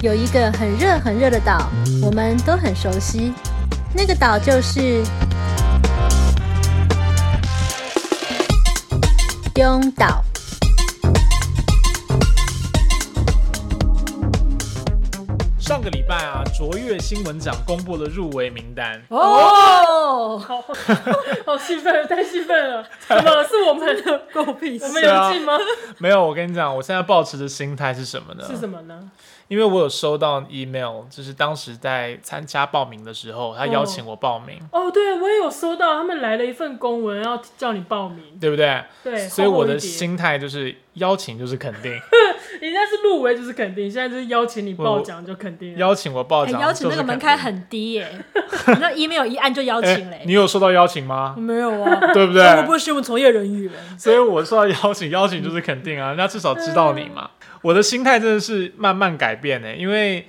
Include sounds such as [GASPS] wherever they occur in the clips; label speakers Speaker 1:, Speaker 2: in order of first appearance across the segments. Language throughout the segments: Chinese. Speaker 1: 有一个很热很热的岛，我们都很熟悉。那个岛就是拥岛。
Speaker 2: 上个礼拜啊，卓越新闻奖公布了入围名单，
Speaker 3: 哦，好， [LAUGHS] 好兴奋，太兴奋了！怎么是我们？
Speaker 4: 狗屁
Speaker 3: 我们
Speaker 2: 啊
Speaker 3: 有进吗？
Speaker 2: 没有，我跟你讲，我现在抱持的心态是什么呢？
Speaker 3: 是什么呢？
Speaker 2: 因为我有收到 email，就是当时在参加报名的时候，他邀请我报名，
Speaker 4: 嗯
Speaker 3: 哦，对，我也有收到，他们来了一份公文，要叫你报名。
Speaker 2: 对不对？
Speaker 3: 对，
Speaker 2: 所以我
Speaker 3: 厚厚
Speaker 2: 的
Speaker 3: 一叠，
Speaker 2: 心态就是邀请就是肯
Speaker 4: [LAUGHS]
Speaker 2: 定，
Speaker 3: 人家是入围就是肯定，现在就是邀请你
Speaker 2: 我
Speaker 3: 报奖就肯定了。
Speaker 2: 邀请我报
Speaker 4: 哎
Speaker 2: 奖、
Speaker 4: 邀请那个门槛很低
Speaker 3: [LAUGHS]
Speaker 4: 耶，你知道 email 一按就邀
Speaker 2: 哎
Speaker 4: 请嘞
Speaker 2: 你。有收到邀请吗？
Speaker 3: 哎
Speaker 4: 没有
Speaker 3: [LAUGHS]
Speaker 4: 啊，
Speaker 2: 对不对？
Speaker 4: 我不是新闻从业人员。
Speaker 2: 所以我受到邀请，邀请就是肯定啊，人家至少知道你嘛。我的心态真的是慢慢改变呢、因为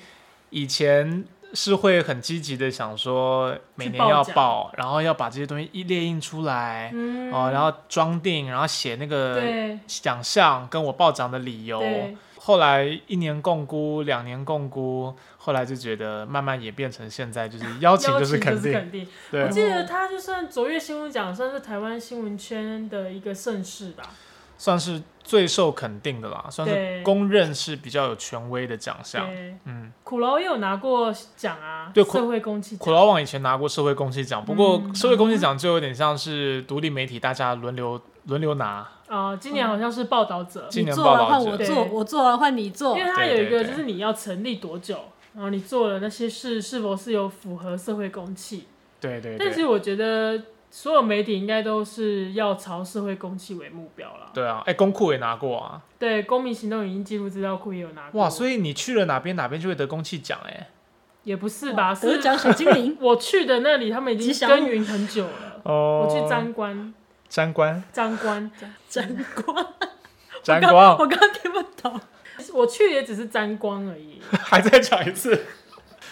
Speaker 2: 以前是会很积极的想说每年要
Speaker 3: 去
Speaker 2: 报，然后要把这些东西一列印出来，
Speaker 3: 嗯
Speaker 2: 哦，然后装订，然后写那个
Speaker 3: 对
Speaker 2: 奖项跟我报奖的理由。
Speaker 3: 对，
Speaker 2: 后来一年共估，两年共估，后来就觉得慢慢也变成现在就是邀请
Speaker 3: 邀
Speaker 2: 就
Speaker 3: 请
Speaker 2: 是肯定，
Speaker 3: 定。
Speaker 2: 对
Speaker 3: 我，记
Speaker 4: 嗯
Speaker 3: 得他就算卓越新闻奖，算是台湾新闻圈的一个盛事吧。
Speaker 2: 算是最受肯定的啦，算是
Speaker 3: 对
Speaker 2: 公认是比较有权威的奖项。
Speaker 3: 对，
Speaker 2: 嗯，
Speaker 3: 苦劳也有拿过奖啊，
Speaker 2: 对苦
Speaker 3: 社会公器
Speaker 2: 苦
Speaker 3: 奖。
Speaker 2: 劳网以前拿过社会公器奖，不过
Speaker 3: 嗯
Speaker 2: 社会公器奖就有点像是独立媒体大家轮流轮流拿，
Speaker 3: 啊、今年好像是报道者，
Speaker 2: 今
Speaker 4: 你
Speaker 2: 年
Speaker 4: 做
Speaker 2: 报
Speaker 4: 完
Speaker 2: 道
Speaker 4: 换我
Speaker 2: 者
Speaker 3: 对
Speaker 4: 做，我做完换你做
Speaker 3: 因。为它
Speaker 2: 对
Speaker 3: 有一
Speaker 2: 嗯对
Speaker 3: 个
Speaker 2: 对
Speaker 3: 就是你要成立多久，然后你做了那些事是否是有符合社会公器。
Speaker 2: 对对
Speaker 3: 但其
Speaker 2: 对，
Speaker 3: 实我觉得所有媒体应该都是要朝社会公器为目标啦。
Speaker 2: 对啊，哎，公库也拿过啊，
Speaker 3: 对，公民行动影音记录资料库也有拿过。
Speaker 2: 哇，所
Speaker 3: 以
Speaker 2: 以你去了哪边哪边就会得公器奖哎，
Speaker 3: 也不是吧？
Speaker 4: 得
Speaker 3: 是
Speaker 4: 奖小精
Speaker 2: [LAUGHS]
Speaker 4: 灵
Speaker 3: 我去的那里，他们已
Speaker 4: 吉
Speaker 3: 经
Speaker 4: 祥物
Speaker 3: 耕耘很久了。
Speaker 2: 哦
Speaker 3: 我去沾官，
Speaker 2: 沾
Speaker 3: [LAUGHS]
Speaker 2: 官
Speaker 3: 沾官，
Speaker 2: 哦
Speaker 4: 沾光，
Speaker 2: 沾
Speaker 4: 刚
Speaker 2: 光，
Speaker 4: 我刚刚听不懂。
Speaker 3: 我去也只是沾光而已。
Speaker 2: [LAUGHS] 还再讲一
Speaker 3: [LAUGHS]
Speaker 2: 次，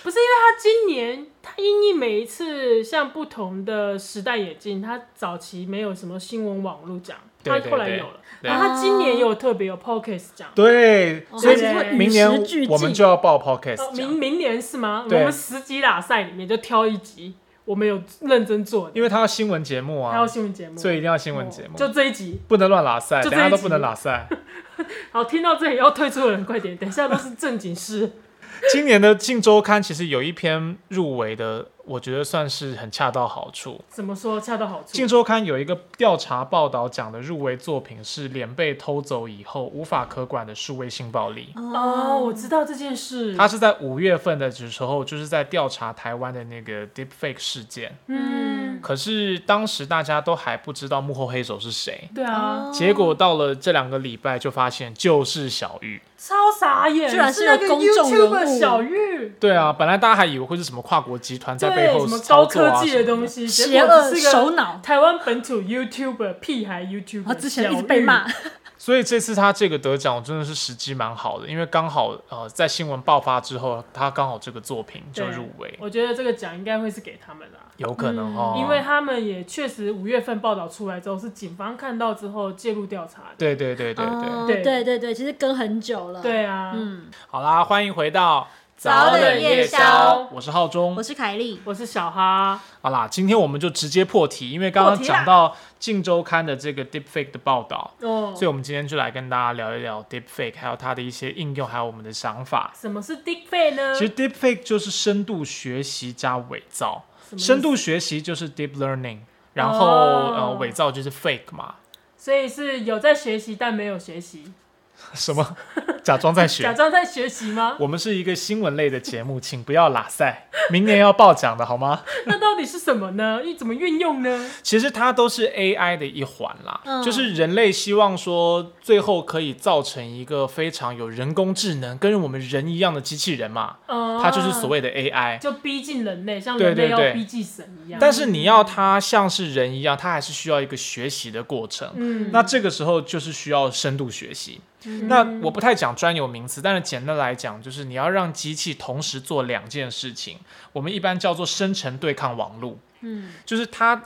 Speaker 3: 不是因为他今年，他因应每一次像不同的时代演进，他早期没有什么新闻网络奖，他
Speaker 2: 对对
Speaker 3: 后来
Speaker 2: 对
Speaker 3: 有了，
Speaker 2: 对
Speaker 3: 然后他今年也有特别有 Podcast 奖。
Speaker 2: 对，所
Speaker 4: 所
Speaker 2: 以
Speaker 3: 对
Speaker 4: 以
Speaker 2: 明年我们就要报 podcast
Speaker 3: 哦，
Speaker 2: 奖
Speaker 3: 明。明年是吗？我
Speaker 2: 对
Speaker 3: 们十集打赛里面就挑一集，我们有认真做的，
Speaker 2: 因为它要新闻节目
Speaker 3: 还
Speaker 2: 啊
Speaker 3: 有，新闻节目，
Speaker 2: 所以一定要新闻节目，
Speaker 3: 就这一集。
Speaker 2: 不能乱拉塞，
Speaker 3: 就
Speaker 2: 等
Speaker 3: 这
Speaker 2: 下
Speaker 3: 一
Speaker 2: 都
Speaker 3: 集
Speaker 2: 不能拉塞。
Speaker 3: 好，听到这里要退出的人快点，等一下都是正经事。
Speaker 2: 今年的《镜周刊》其实有一篇入围的，我觉得算是很恰到好处。
Speaker 3: 怎么说恰到好
Speaker 2: 《
Speaker 3: 处
Speaker 2: 镜？周刊》有一个调查报道奖的入围作品是脸被偷走以后无法可管的数位性暴力。
Speaker 3: 哦，我知道这件事。
Speaker 2: 它是在五月份的时候，就是在调查台湾的那个 Deepfake 事件。
Speaker 3: 嗯，
Speaker 2: 可是当时大家都还不知道幕后黑手是谁，
Speaker 3: 对
Speaker 4: 哦
Speaker 3: 啊，
Speaker 2: 结果到了这两个礼拜就发现就是小玉。
Speaker 3: 超傻眼，
Speaker 4: 居然是
Speaker 3: 是
Speaker 4: 有
Speaker 3: 那个
Speaker 4: 公众人物
Speaker 3: YouTuber 小玉。
Speaker 2: 对啊，本来大家还以为会是什么跨国集团在背
Speaker 3: 对
Speaker 2: 后
Speaker 3: 什么
Speaker 2: 操
Speaker 3: 高
Speaker 2: 作
Speaker 3: 科
Speaker 2: 啊
Speaker 3: 技
Speaker 2: 什么
Speaker 3: 的东西，
Speaker 4: 邪
Speaker 3: 结果
Speaker 4: 恶
Speaker 3: 只是
Speaker 4: 首
Speaker 3: 个
Speaker 4: 脑，
Speaker 3: 台湾本土 YouTuber 屁孩 YouTuber，
Speaker 4: 我之前
Speaker 3: 小
Speaker 4: 一直被
Speaker 3: 玉
Speaker 4: 骂，。
Speaker 2: 所以这次他这个得奖真的是时机蛮好的，因为刚好呃在新闻爆发之后，他刚好这个作品就
Speaker 3: 对
Speaker 2: 入围，
Speaker 3: 我觉得这个奖应该会是给他们啦，
Speaker 2: 有可能
Speaker 4: 嗯
Speaker 2: 哦。
Speaker 3: 因为他们也确实五月份报道出来之后，是警方看到之后介入调查的。
Speaker 2: 对对对对对，
Speaker 4: 哦
Speaker 3: 对
Speaker 4: 对对对，其实跟很久了。，
Speaker 3: 对啊，
Speaker 4: 嗯，
Speaker 2: 好啦，欢迎回到
Speaker 4: 早
Speaker 3: 冷夜宵
Speaker 2: 我是浩
Speaker 4: 我
Speaker 2: 中。
Speaker 4: 是凯莉，
Speaker 3: 我是小哈，
Speaker 2: 好啦，今天我们就直接破题，因为刚刚
Speaker 3: 破题啦
Speaker 2: 讲到《镜周刊》的这个 Deepfake 的报道，
Speaker 3: 哦，
Speaker 2: 所以我们今天就来跟大家聊一聊 Deepfake，还有它的一些应用，还有我们的想法。
Speaker 3: 什么是 Dick Fay 呢？
Speaker 2: 其实 Deepfake 就是深度学习加伪造。
Speaker 3: 什么意思
Speaker 2: 深度，学习就是 deep learning，然后、
Speaker 3: 哦
Speaker 2: 呃伪造就是 fake
Speaker 3: [LAUGHS]
Speaker 2: 嘛，
Speaker 3: 所以是有在学习但没有学习，
Speaker 2: 什么 [LAUGHS] 假装在
Speaker 3: [LAUGHS] 假
Speaker 2: 学。
Speaker 3: 装在学习吗？ [LAUGHS]
Speaker 2: 我们是一个新闻类的节目，请不要拉塞， [LAUGHS] 明年要报奖的好吗？
Speaker 3: 那到底是什么呢？你怎么运用呢？
Speaker 2: 其实它都是 AI 的一环啦，
Speaker 4: 嗯
Speaker 2: 就是人类希望说最后可以造成一个非常有人工智能跟我们人一样的机器人嘛，
Speaker 3: 嗯，
Speaker 2: 它就是所谓的 AI。
Speaker 3: 就逼近人类，像
Speaker 2: 对
Speaker 3: 人类
Speaker 2: 对对
Speaker 3: 要逼近神一样。
Speaker 2: 但是你要它像是人一样，它还是需要一个学习的过程。
Speaker 3: 嗯，
Speaker 2: 那这个时候就是需要深度学习。
Speaker 4: 嗯
Speaker 2: 那我不太讲专有名词，但是简单来讲，就是你要让机器同时做两件事情，我们一般叫做生成对抗网络，
Speaker 4: 嗯，
Speaker 2: 就是它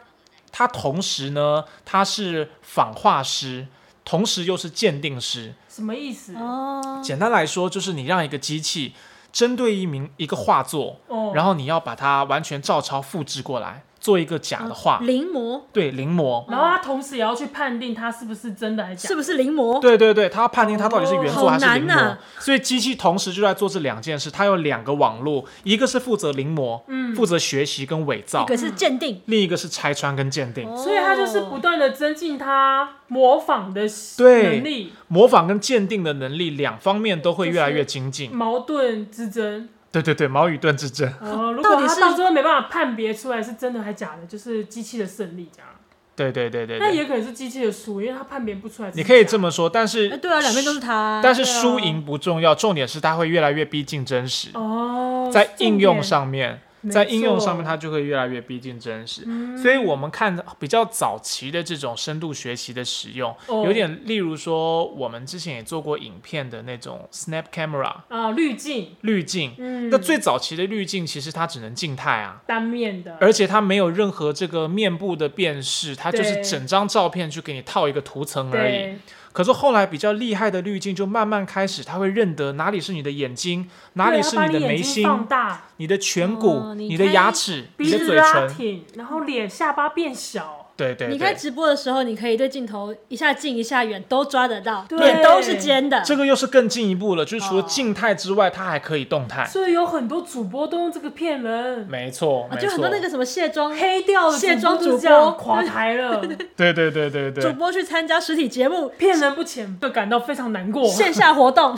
Speaker 2: 它同时呢，它是仿画师。同时又是鉴定师，
Speaker 3: 什么意思？
Speaker 4: 哦，
Speaker 2: 简单来说就是你让一个机器针对一名一个画作，
Speaker 3: 哦，
Speaker 2: 然后你要把它完全照抄复制过来，做一个假的画，
Speaker 4: 临摹
Speaker 2: 对，临摹。
Speaker 3: 然后他同时也要去判定他是不是真的还是假
Speaker 4: 是
Speaker 3: 的。
Speaker 4: 不是临摹？
Speaker 2: 对对对，他要判定它到底是原作
Speaker 4: 哦
Speaker 2: 还是
Speaker 4: 好
Speaker 2: 临摹，
Speaker 4: 难啊
Speaker 2: 所以机器同时就在做这两件事，它有两个网络，一个是负责临摹，
Speaker 3: 嗯
Speaker 2: 负责学习跟伪造
Speaker 4: 一，个是哦鉴定，
Speaker 2: 另一个是拆穿跟鉴定。
Speaker 3: 所以他就是不断的增进他模仿的
Speaker 2: 对
Speaker 3: 能力，
Speaker 2: 模仿跟鉴定的能力两方面都会越来越精
Speaker 4: 嗯
Speaker 2: 进。
Speaker 3: 矛盾之争。
Speaker 2: 对对对，矛与盾之争。
Speaker 3: 哦，如
Speaker 4: 到
Speaker 3: 果
Speaker 4: 底
Speaker 3: 他
Speaker 4: 是
Speaker 3: 到最后没办法判别出来是真的还假的，就是机器的胜利这样。
Speaker 2: 对对对对
Speaker 3: 那
Speaker 2: 对，
Speaker 3: 也可能是机器的输，因为他判别不出来。
Speaker 2: 你可以这
Speaker 3: 么，
Speaker 2: 么说，但
Speaker 4: 哎，
Speaker 2: 是
Speaker 4: 对啊，两边都是他。
Speaker 2: 但是
Speaker 3: 对啊
Speaker 2: 输赢不重要，重点是它会越来越逼近真实。
Speaker 3: 哦，
Speaker 2: 在应用
Speaker 3: 是
Speaker 2: 上面，
Speaker 3: 重点
Speaker 2: 在应用上面，
Speaker 3: 没错嗯
Speaker 2: 它就会越来越逼近真实。所以，我们看比较早期的这种深度学习的使用，
Speaker 3: 哦
Speaker 2: 有点例如说，我们之前也做过影片的那种 snap camera
Speaker 3: 啊滤镜，
Speaker 2: 滤镜。
Speaker 3: 嗯，
Speaker 2: 那最早期的滤镜其实它只能静态啊，
Speaker 3: 单面的，
Speaker 2: 而且它没有任何这个面部的辨识，它就是
Speaker 3: 对
Speaker 2: 整张照片去给你套一个图层而已。
Speaker 3: 对，
Speaker 2: 可是后来比较厉害的滤镜就慢慢开始，它会认得哪里是你的眼睛，哪
Speaker 3: 对
Speaker 2: 里
Speaker 3: 它
Speaker 2: 是
Speaker 3: 把
Speaker 2: 你的
Speaker 3: 眼
Speaker 2: 眉
Speaker 3: 睛
Speaker 2: 心，
Speaker 3: 放大，
Speaker 2: 你的颧骨、
Speaker 4: 哦
Speaker 2: 你
Speaker 4: 你
Speaker 2: 的
Speaker 4: 开
Speaker 2: 牙齿、你
Speaker 3: 鼻
Speaker 2: 的
Speaker 3: 子啊
Speaker 2: 嘴
Speaker 3: 拉
Speaker 2: 唇，
Speaker 3: 挺，然后脸下巴变小，
Speaker 2: 对对
Speaker 4: 你看
Speaker 2: 对，
Speaker 4: 直播的时候，你可以对镜头一下近一下远都抓得到，
Speaker 3: 对
Speaker 4: 脸都是尖的。
Speaker 2: 这个又是更进一步了，就是除了
Speaker 4: 哦
Speaker 2: 静态之外，它还可以动态。
Speaker 3: 所以有很多主播都用这个骗人，
Speaker 2: 没错，
Speaker 4: 啊
Speaker 2: 没
Speaker 4: 就很
Speaker 2: 错
Speaker 4: 多，那个什么卸妆
Speaker 3: 黑掉的
Speaker 4: 卸妆
Speaker 3: 主播都是
Speaker 4: 主
Speaker 3: 这
Speaker 4: 播
Speaker 3: 样垮台
Speaker 4: [LAUGHS]
Speaker 3: 了，
Speaker 2: 对对对对
Speaker 4: 主
Speaker 2: 对，
Speaker 4: 播去参加实体节目、
Speaker 3: 骗人不浅，就感到非常难过。
Speaker 4: 线下活动，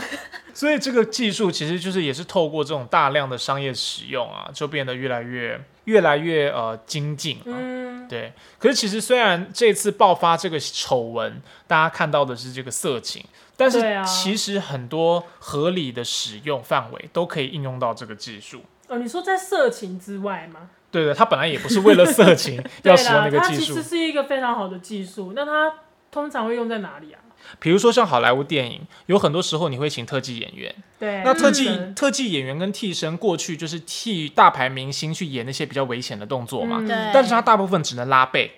Speaker 2: 所以这个技术其实就是也是透过这种大量的商业使用啊，就变得越来越越来越呃精进啊。
Speaker 3: 嗯，
Speaker 2: 对，可是其实虽然这次爆发这个丑闻，大家看到的是这个色情，但是
Speaker 3: 对啊
Speaker 2: 其实很多合理的使用范围都可以应用到这个技术。
Speaker 3: 哦，你说在色情之外吗？
Speaker 2: 对对，他本来也不是为了
Speaker 4: [LAUGHS]
Speaker 2: 色情
Speaker 3: 对
Speaker 2: 要使用
Speaker 3: 啦
Speaker 2: 那，个
Speaker 3: 它
Speaker 2: 技
Speaker 3: 其
Speaker 2: 术
Speaker 3: 实，是一个非常好的技术。那它通常会用在哪里啊？
Speaker 2: 比如说像好莱坞电影，有很多时候你会请特技演员，
Speaker 3: 对，
Speaker 2: 那特技、
Speaker 3: 嗯
Speaker 2: 特技演员跟替身过去就是替大牌明星去演那些比较危险的动作嘛，
Speaker 3: 嗯
Speaker 4: 对
Speaker 2: 但是他大部分只能拉背，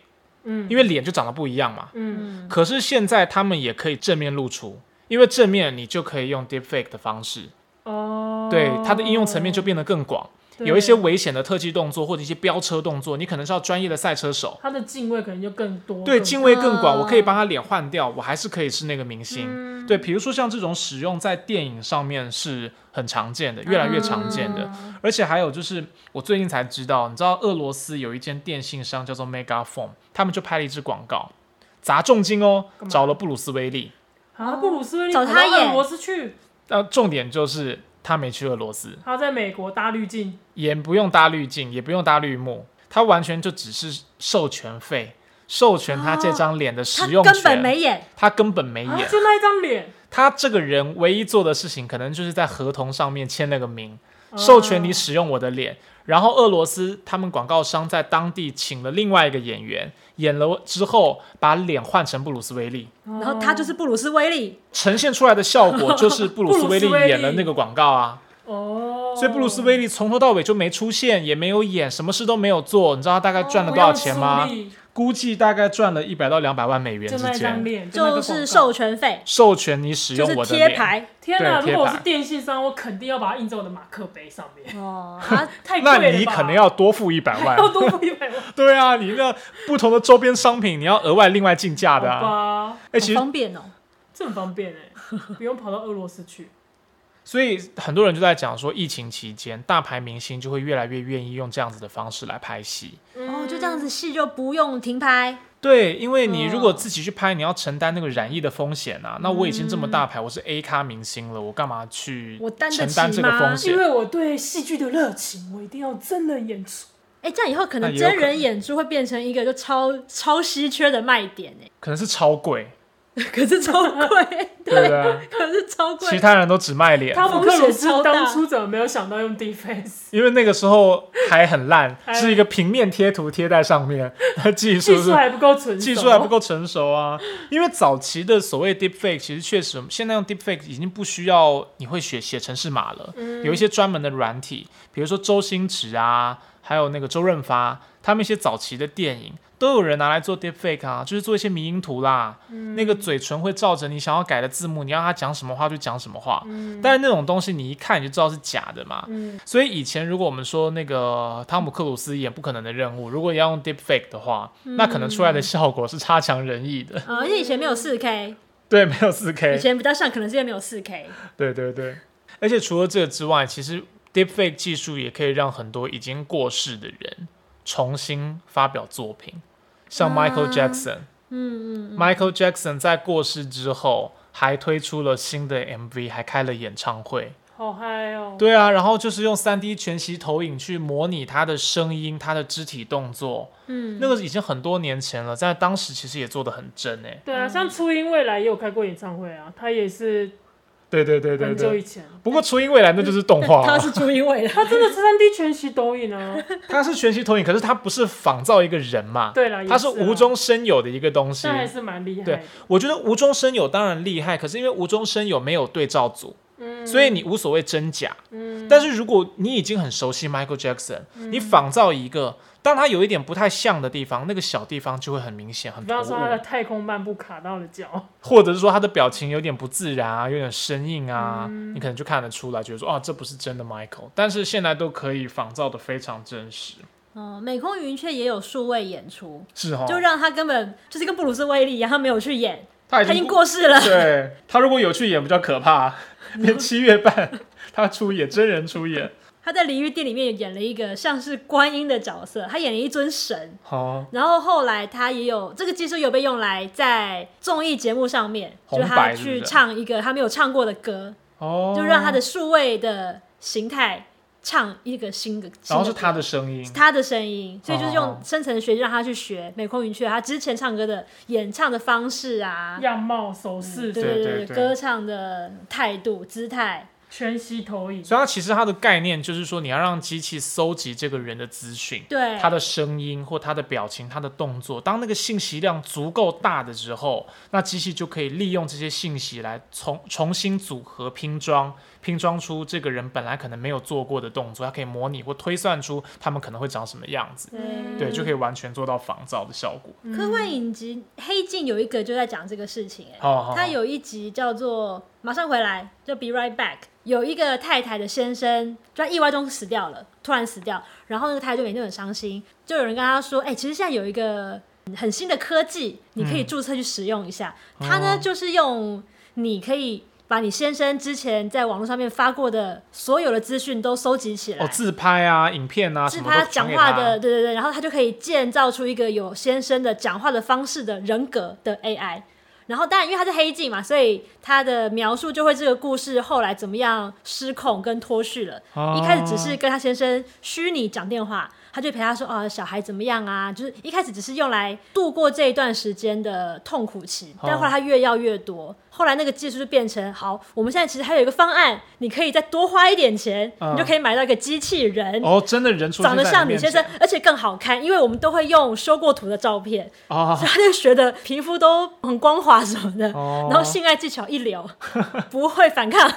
Speaker 3: 嗯，
Speaker 2: 因为脸就长得不一样嘛。
Speaker 3: 嗯，
Speaker 4: 嗯，
Speaker 2: 可是现在他们也可以正面露出。因为正面你就可以用 deepfake 的方式，
Speaker 3: 哦，
Speaker 2: 对它的应用层面就变得更广。
Speaker 3: 对
Speaker 2: 有一些危险的特技动作或者一些飙车动作，你可能是要专业的赛车手，
Speaker 3: 它的敬畏可能就更多。
Speaker 2: 对，
Speaker 3: 更
Speaker 2: 敬畏更广，
Speaker 4: 啊
Speaker 3: 哦
Speaker 2: 我可以帮他脸换掉，我还是可以是那个明星。对，比如说像这种使用在电影上面是很常见的，越来越常见
Speaker 4: 嗯
Speaker 2: 的。而且还有就是，我最近才知道，你知道俄罗斯有一间电信商叫做 Megaphone，他们就拍了一支广告，砸重金哦，
Speaker 3: 干嘛
Speaker 2: 找了布鲁斯威利。
Speaker 3: 啊，布鲁斯威利
Speaker 4: 找
Speaker 3: 跑到
Speaker 4: 他演
Speaker 3: 俄罗斯去，
Speaker 2: 那、重点就是他没去俄罗斯，
Speaker 3: 他在美国搭滤镜，
Speaker 2: 也不用搭滤镜，也不用搭绿幕，他完全就只是授权费，授权他这张脸的
Speaker 4: 啊他
Speaker 2: 使用权，
Speaker 4: 根本没演，
Speaker 2: 他根本没
Speaker 3: 啊
Speaker 2: 演。
Speaker 3: 就那一张脸，
Speaker 2: 他这个人唯一做的事情，可能就是在合同上面签了个名， [LAUGHS] 授权
Speaker 3: 哦
Speaker 2: 你使用我的脸。然后俄罗斯他们广告商在当地请了另外一个演员，演了之后把脸换成布鲁斯威利，
Speaker 3: 哦，
Speaker 4: 然后他就是布鲁斯威利，
Speaker 2: 呈现出来的效果就是布鲁斯威利
Speaker 3: 布鲁斯威利
Speaker 2: 演了那个广告啊。
Speaker 3: 哦，
Speaker 2: 所以布鲁斯威利从头到尾就没出现，也没有演，什么事都没有做。你知道他大概赚了多少钱吗
Speaker 3: 哦不用？出力
Speaker 2: 估计大概赚了一百到两百万美元
Speaker 3: 就
Speaker 2: 之
Speaker 3: 那一张
Speaker 2: 间。
Speaker 3: 脸，那个
Speaker 4: 就
Speaker 3: 广告
Speaker 4: 是授。权费，
Speaker 2: 授权你使
Speaker 4: 就
Speaker 2: 用
Speaker 4: 是
Speaker 2: 我的
Speaker 4: 贴
Speaker 2: 脸，
Speaker 4: 牌
Speaker 3: 天哪！
Speaker 2: 对贴
Speaker 3: 如果我
Speaker 2: 牌
Speaker 3: 是电信商，我肯定要把它印在我的马克杯上面，
Speaker 4: 哦。啊
Speaker 3: 太贵了
Speaker 2: 那
Speaker 3: 吧。
Speaker 2: 你可能要多付一百万。
Speaker 3: 要多付一
Speaker 2: [LAUGHS]
Speaker 3: 百万，
Speaker 2: 对啊，你那不同的周边商品，你要额外另外竞价
Speaker 3: 好
Speaker 2: 的、啊。
Speaker 3: 吧？
Speaker 4: 好
Speaker 2: 哎、其实
Speaker 4: 方便哦，
Speaker 3: 这很方便哎，不用跑到俄罗
Speaker 2: [LAUGHS]
Speaker 3: 斯去。
Speaker 2: 所以很多人就在讲说，疫情期间，大牌明星就会越来越愿意用这样子的方式来拍戏。
Speaker 4: 哦，就这样子戏就不用停拍，
Speaker 2: 对，因为你
Speaker 4: 嗯
Speaker 2: 如果自己去拍，你要承担那个染疫的风险啊。那我已经这么大牌，我是 A 咖明星了，我干嘛去
Speaker 4: 我担得
Speaker 2: 承
Speaker 4: 起
Speaker 2: 担这个
Speaker 4: 吗
Speaker 2: 风
Speaker 3: 因
Speaker 2: 险？
Speaker 3: 为我对戏剧的热情，我一定要真人演出。
Speaker 4: 哎，这样以后可
Speaker 2: 那
Speaker 4: 能
Speaker 2: 也有
Speaker 4: 真
Speaker 2: 可能
Speaker 4: 人演出会变成一个就超超稀缺的卖点哎，
Speaker 2: 可能是超 [LAUGHS] 贵，
Speaker 4: 可是超贵，
Speaker 2: 对不对？
Speaker 4: 可是超贵
Speaker 2: 其，他人都只卖脸，
Speaker 3: 汤姆克
Speaker 4: 风
Speaker 3: 鲁斯
Speaker 4: 险超大
Speaker 3: 当初怎么没有想到用 d e f a c e
Speaker 2: 因为那个时候还很烂，
Speaker 3: 哎
Speaker 2: 是一个平面贴图贴在上面， [LAUGHS] 那 [LAUGHS] 技术
Speaker 3: 技
Speaker 2: 是
Speaker 3: 术还不够纯熟，
Speaker 2: 技术还不够成熟啊。因为早期的所谓 deepfake，其实确实现在用 deepfake 已经不需要你会写写程式码了，有一些专门的软体，比如说周星驰啊，还有那个周润发，他们一些早期的电影都有人拿来做 deepfake 啊，就是做一些迷因图啦。那个嘴唇会照着你想要改的字幕，你让他讲什么话就讲什么话。但是那种东西你一看你就知道是假的嘛。
Speaker 3: 嗯
Speaker 2: 所以以前如果我们说那个汤姆克鲁斯演《不可能的任务》，如果要用 deepfake 的话，那可能出来
Speaker 4: 嗯
Speaker 2: 的效果是差强人意的。
Speaker 4: 啊，而且以前没有四 K，
Speaker 2: 对，没有四 K。
Speaker 4: 以前比较像，可能是因为没有四 K。
Speaker 2: 对对对，而且除了这个之外，其实 deepfake 技术也可以让很多已经过世的人重新发表作品，像 Michael Jackson，、
Speaker 4: 啊嗯嗯，
Speaker 2: m i c h a e l Jackson 在过世之后还推出了新的 MV，还开了演唱会。
Speaker 3: 好嗨哦！
Speaker 2: 对啊，然后就是用 3D 全息投影去模拟他的声音、他的肢体动作。嗯，那个已经很多年前了，在当时其实也做的很真诶、
Speaker 3: 对啊，像初音未来也有开过演唱会啊，他也是
Speaker 2: 对对对对
Speaker 3: 很久以
Speaker 2: 对。
Speaker 3: 前，
Speaker 2: 不过初音未来那就是动 [LAUGHS] 画、
Speaker 4: 他是初音未
Speaker 2: [LAUGHS]
Speaker 4: 来，
Speaker 3: 他真的是三 D 全息抖音 [LAUGHS] 啊。
Speaker 2: 它是全息投影，可是它不是仿造一个人嘛？
Speaker 3: 对啦也
Speaker 2: 它是
Speaker 3: 是啦啊
Speaker 2: 无中生有的一个东西
Speaker 3: 但。还是蛮厉害
Speaker 2: 对
Speaker 3: 的。，
Speaker 2: 我觉得无中生有当然厉害，可是因为无中生有没有对照组，
Speaker 3: 嗯
Speaker 2: 所以你无所谓真假。
Speaker 3: 嗯
Speaker 2: 但是如果你已经很熟悉 Michael Jackson，、你仿造一个，当它有一点不太像的地方，那个小地方就会很明显、很
Speaker 3: 比
Speaker 2: 突
Speaker 3: 方
Speaker 2: 兀
Speaker 3: 说，他的太空漫步卡到了脚，
Speaker 2: 或者是说他的表情有点不自然啊，有点生硬啊，你可能就看得出来，觉得说啊，这不是真的 Michael。但是现在都可以仿造的非常真实，
Speaker 4: 嗯，美空云雀也有数位演出，
Speaker 2: 是哦，
Speaker 4: 就让他根本就是跟布鲁斯威利一样，他没有去演，
Speaker 2: 他已
Speaker 4: 他已
Speaker 2: 经
Speaker 4: 经过世了。
Speaker 2: [LAUGHS] 对他如果有去演比较可怕，连七月半他出演真人出演，
Speaker 4: 他在鲤鱼店里面演了一个像是观音的角色，他演了一尊神。
Speaker 2: 好、啊
Speaker 4: 然后后来他也有这个技术有被用来在综艺节目上面，就
Speaker 2: 红
Speaker 4: 是他
Speaker 2: 白是
Speaker 4: 去
Speaker 2: 不是
Speaker 4: 唱一个他没有唱过的歌，
Speaker 2: 哦，
Speaker 4: 就让他的数位的形态唱一个新的，
Speaker 2: 然后
Speaker 4: 新
Speaker 2: 是
Speaker 4: 的
Speaker 2: 他的声音
Speaker 4: 是，他的声音，所以就是
Speaker 2: 哦
Speaker 4: 用深层学让他去学美空云雀他之前唱歌的演唱的方式啊，嗯
Speaker 3: 样貌、手势、
Speaker 4: 对
Speaker 2: 对对
Speaker 4: 对
Speaker 2: 对
Speaker 4: 歌唱的态度、姿态，
Speaker 3: 全息投影，
Speaker 2: 所以他其实他的概念就是说，你要让机器搜集这个人的资讯，
Speaker 4: 对，
Speaker 2: 他的声音或他的表情、他的动作，当那个信息量足够大的时候，那机器就可以利用这些信息来重重新组合拼装，拼装出这个人本来可能没有做过的动作，它可以模拟或推算出他们可能会长什么样子。
Speaker 4: 对
Speaker 2: 对，就可以完全做到仿造的效果。
Speaker 4: 科幻影集《黑镜》有一个就在讲这个事情、哎，
Speaker 2: 好好，
Speaker 4: 它有一集叫做《马上回来》，就 Be Right Back。有一个太太的先生就在意外中死掉了，突然死掉，然后那个太太就每天都很伤心，就有人跟她说：“哎、其实现在有一个很新的科技，你可以注册去使用一下。它呢，就是用你可以把你先生之前在网络上面发过的所有的资讯都收集起来，
Speaker 2: 哦，自拍啊、影片啊，
Speaker 4: 是
Speaker 2: 什么
Speaker 4: 他
Speaker 2: 都
Speaker 4: 讲
Speaker 2: 传给
Speaker 4: 话
Speaker 2: 他
Speaker 4: 的，对对对，然后他就可以建造出一个有先生的讲话的方式的人格的 AI。然后，当然，因为他是黑镜嘛，所以他的描述就会这个故事后来怎么样失控跟脱序了。
Speaker 2: 哦
Speaker 4: 一开始只是跟他先生虚拟讲电话，他就陪他说：“哦，小孩怎么样啊？”就是一开始只是用来度过这一段时间的痛苦期，
Speaker 2: 哦
Speaker 4: 但后来他越要越多，后来那个技术就变成：好，我们现在其实还有一个方案，你可以再多花一点钱，你就可以买到一个机器人。
Speaker 2: 嗯哦，真的人出现
Speaker 4: 长得
Speaker 2: 在
Speaker 4: 像你
Speaker 2: 你面
Speaker 4: 先生
Speaker 2: 前，
Speaker 4: 而且更好看，因为我们都会用修过图的照片，
Speaker 2: 哦
Speaker 4: 所以他就觉得皮肤都很光滑什么的，
Speaker 2: 哦
Speaker 4: 然后性爱技巧一流， [LAUGHS] 不会反抗，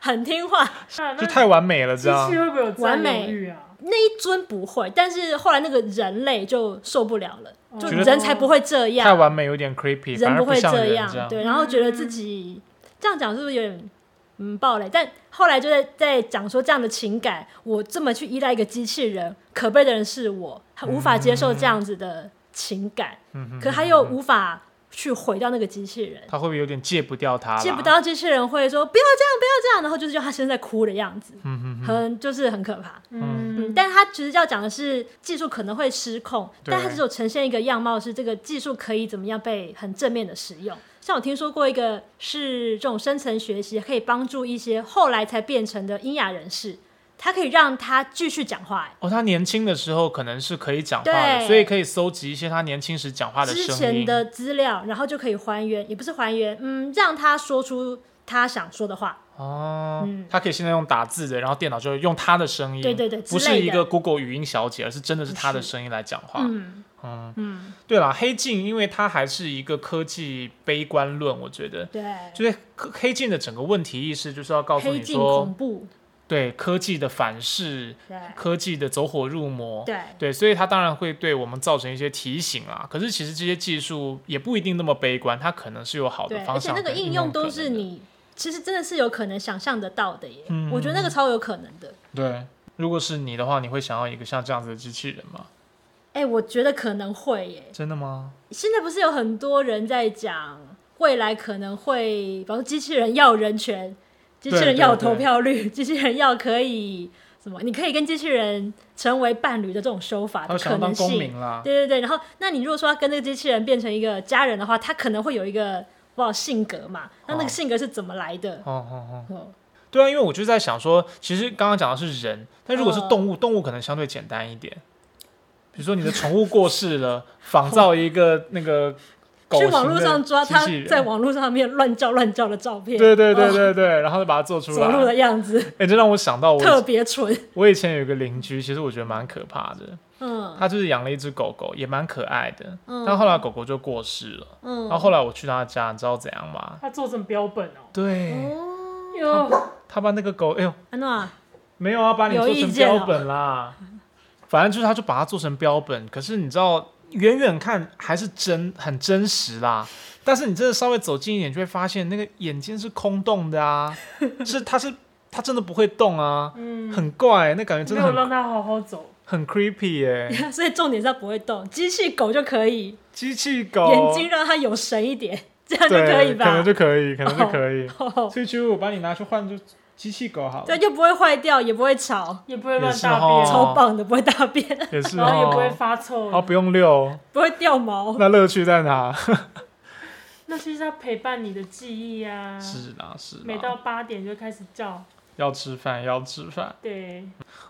Speaker 4: 很听话。
Speaker 3: 啊那
Speaker 2: 就
Speaker 3: 那
Speaker 2: 太完美了，这
Speaker 3: 机
Speaker 2: 样
Speaker 3: 器会不会有占
Speaker 4: 完
Speaker 3: 有
Speaker 4: 美
Speaker 3: 欲啊？
Speaker 4: 那一尊不会，但是后来那个人类就受不了了，就
Speaker 2: 哦觉得
Speaker 4: 人才不会这
Speaker 2: 太
Speaker 4: 样，
Speaker 2: 完美有点 creepy，反
Speaker 4: 人
Speaker 2: 而
Speaker 4: 不会
Speaker 2: 像人
Speaker 4: 样，
Speaker 2: 这样。
Speaker 4: 对，然后觉得自己、这样讲是不是有点？嗯，暴雷，但后来就在在讲说这样的情感，我这么去依赖一个机器人，可悲的人是我，他无法接受这样子的情感。
Speaker 2: 嗯哼
Speaker 4: 可他又无法去毁掉那个机器人，
Speaker 2: 他会不会有点戒不掉他？
Speaker 4: 接不。到机器人会说不要这样，不要这样，然后就是就他现在哭的样子，
Speaker 2: 嗯哼哼，
Speaker 4: 很就是很可怕。嗯，
Speaker 3: 嗯，
Speaker 4: 但他其实要讲的是技术可能会失控，
Speaker 2: 对
Speaker 4: 但他只有呈现一个样貌，是这个技术可以怎么样被很正面的使用。像我听说过一个是这种深层学习可以帮助一些后来才变成的聋哑人士，他可以让他继续讲话、欸
Speaker 2: 哦，他年轻的时候可能是可以讲话的，
Speaker 4: 对
Speaker 2: 所以可以搜集一些他年轻时讲话的
Speaker 4: 之
Speaker 2: 声
Speaker 4: 前
Speaker 2: 音。
Speaker 4: 的资料，然后就可以还原，也不是还原，嗯，让他说出他想说的话。
Speaker 2: 哦，他可以现在用打字的，然后电脑就用他的声
Speaker 4: 嗯
Speaker 2: 音。
Speaker 4: 对对对
Speaker 2: 不
Speaker 4: 之类的
Speaker 2: 是一个 Google 语音小姐，而是真的是他的声音来讲话。
Speaker 4: 嗯
Speaker 2: 嗯，对啦，黑镜因为它还是一个科技悲观论，我觉得，
Speaker 4: 对，
Speaker 2: 就是黑黑镜的整个问题意识就是要告诉
Speaker 4: 黑
Speaker 2: 你
Speaker 4: 镜
Speaker 2: 说
Speaker 4: 恐，怖，
Speaker 2: 对科技的反噬、
Speaker 4: 对
Speaker 2: 科技的走火入魔，
Speaker 4: 对
Speaker 2: 对，所以它当然会对我们造成一些提醒啊。可是其实这些技术也不一定那么悲观，它可能是有好的
Speaker 4: 对，
Speaker 2: 方
Speaker 4: 而且
Speaker 2: 向
Speaker 4: 那个
Speaker 2: 跟
Speaker 4: 应
Speaker 2: 应
Speaker 4: 用
Speaker 2: 可
Speaker 4: 都
Speaker 2: 能
Speaker 4: 是
Speaker 2: 的
Speaker 4: 你其实真的是有可能想象得到的耶，
Speaker 2: 嗯
Speaker 4: 我觉得那个超有可能的。
Speaker 2: 对。如果是你的话，你会想要一个像这样子的机器人吗？
Speaker 4: 哎、我觉得可能会耶。
Speaker 2: 真的吗？
Speaker 4: 现在不是有很多人在讲未来可能会，比方说机器人要人权，机器人要有投票率， [LAUGHS] 机器人要可以什么？你可以跟机器人成为伴侣啊的这种说法
Speaker 2: 他
Speaker 4: 的
Speaker 2: 会想
Speaker 4: 可
Speaker 2: 要当
Speaker 4: 能
Speaker 2: 公
Speaker 4: 性。
Speaker 2: 民啊啦，
Speaker 4: 对对对，然后那你如果说要跟这个机器人变成一个家人的话，他可能会有一个不好性格嘛？那那
Speaker 2: 哦
Speaker 4: 个性格是怎么来的？
Speaker 2: 哦哦哦，
Speaker 4: 哦，
Speaker 2: 对啊，因为我就在想说，其实刚刚讲的是人，但如果是
Speaker 4: 嗯
Speaker 2: 动物，动物可能相对简单一点。比如说你的宠物过世了， [LAUGHS] 仿造一个那个狗
Speaker 4: 去网
Speaker 2: 型
Speaker 4: 络
Speaker 2: 的
Speaker 4: 上抓
Speaker 2: 机
Speaker 4: 他
Speaker 2: 器人
Speaker 4: 在网络上面乱叫乱叫的照片，
Speaker 2: 对对对
Speaker 4: 哦
Speaker 2: 对对，然后就把它做出
Speaker 4: 走路
Speaker 2: 来。
Speaker 4: 的样子
Speaker 2: 哎，这让我想到我
Speaker 4: 特
Speaker 2: 以
Speaker 4: 别蠢，
Speaker 2: 我以前有一个邻居，其实我觉得蛮可怕的。
Speaker 4: 嗯
Speaker 2: 他就是养了一只狗狗，也蛮可爱的。
Speaker 4: 嗯
Speaker 2: 但后来狗狗就过世了。
Speaker 4: 嗯
Speaker 2: 然后后来我去他家，你知道怎样吗？
Speaker 3: 他做成标本哦、
Speaker 2: 对
Speaker 4: 哦，
Speaker 3: 哟，
Speaker 2: 他把那个狗，哎呦，
Speaker 4: 安诺啊， [LAUGHS]
Speaker 2: 没有啊，把你
Speaker 4: 有
Speaker 2: 做
Speaker 4: 意
Speaker 2: 成
Speaker 4: 见
Speaker 2: 标
Speaker 4: 哦
Speaker 2: 本啦。反正就是他就把它做成标本，可是你知道远远看还是真很真实啦，但是你真的稍微走近一点，就会发现那个眼睛是空洞
Speaker 4: [LAUGHS]
Speaker 2: 的啊，是它是它真的不会动啊，
Speaker 3: 嗯，
Speaker 2: 很怪，那感觉真的
Speaker 3: 没有
Speaker 2: 很
Speaker 3: 让他好好走，
Speaker 2: 很 creepy 耶、
Speaker 4: [LAUGHS] 所以重点是它不会动，机器狗就可以，
Speaker 2: 机器狗
Speaker 4: 眼睛让它有神一点， [LAUGHS] 这样就
Speaker 2: 哦对
Speaker 4: 可以吧？
Speaker 2: 可能就可以，可能就可以。
Speaker 4: 哦，
Speaker 2: 翠菊，我把你拿去换就机器狗好
Speaker 4: 对，
Speaker 2: 了，
Speaker 4: 就不会坏掉，也不会吵，
Speaker 3: 也不会乱
Speaker 2: 也是
Speaker 3: 大
Speaker 2: 哦
Speaker 3: 便，
Speaker 4: 超棒的，不会大便， [LAUGHS]
Speaker 2: 也是
Speaker 3: 然后也不会
Speaker 2: 哦。
Speaker 3: 发臭。
Speaker 2: 啊，不用遛，
Speaker 4: 不会掉毛。
Speaker 2: 那乐趣在哪？
Speaker 3: 那就是他陪伴你的记忆啊。
Speaker 4: 嗯
Speaker 2: 是啦，是
Speaker 3: 每到八点就开始叫，
Speaker 2: 要吃饭，要吃饭。
Speaker 3: 对，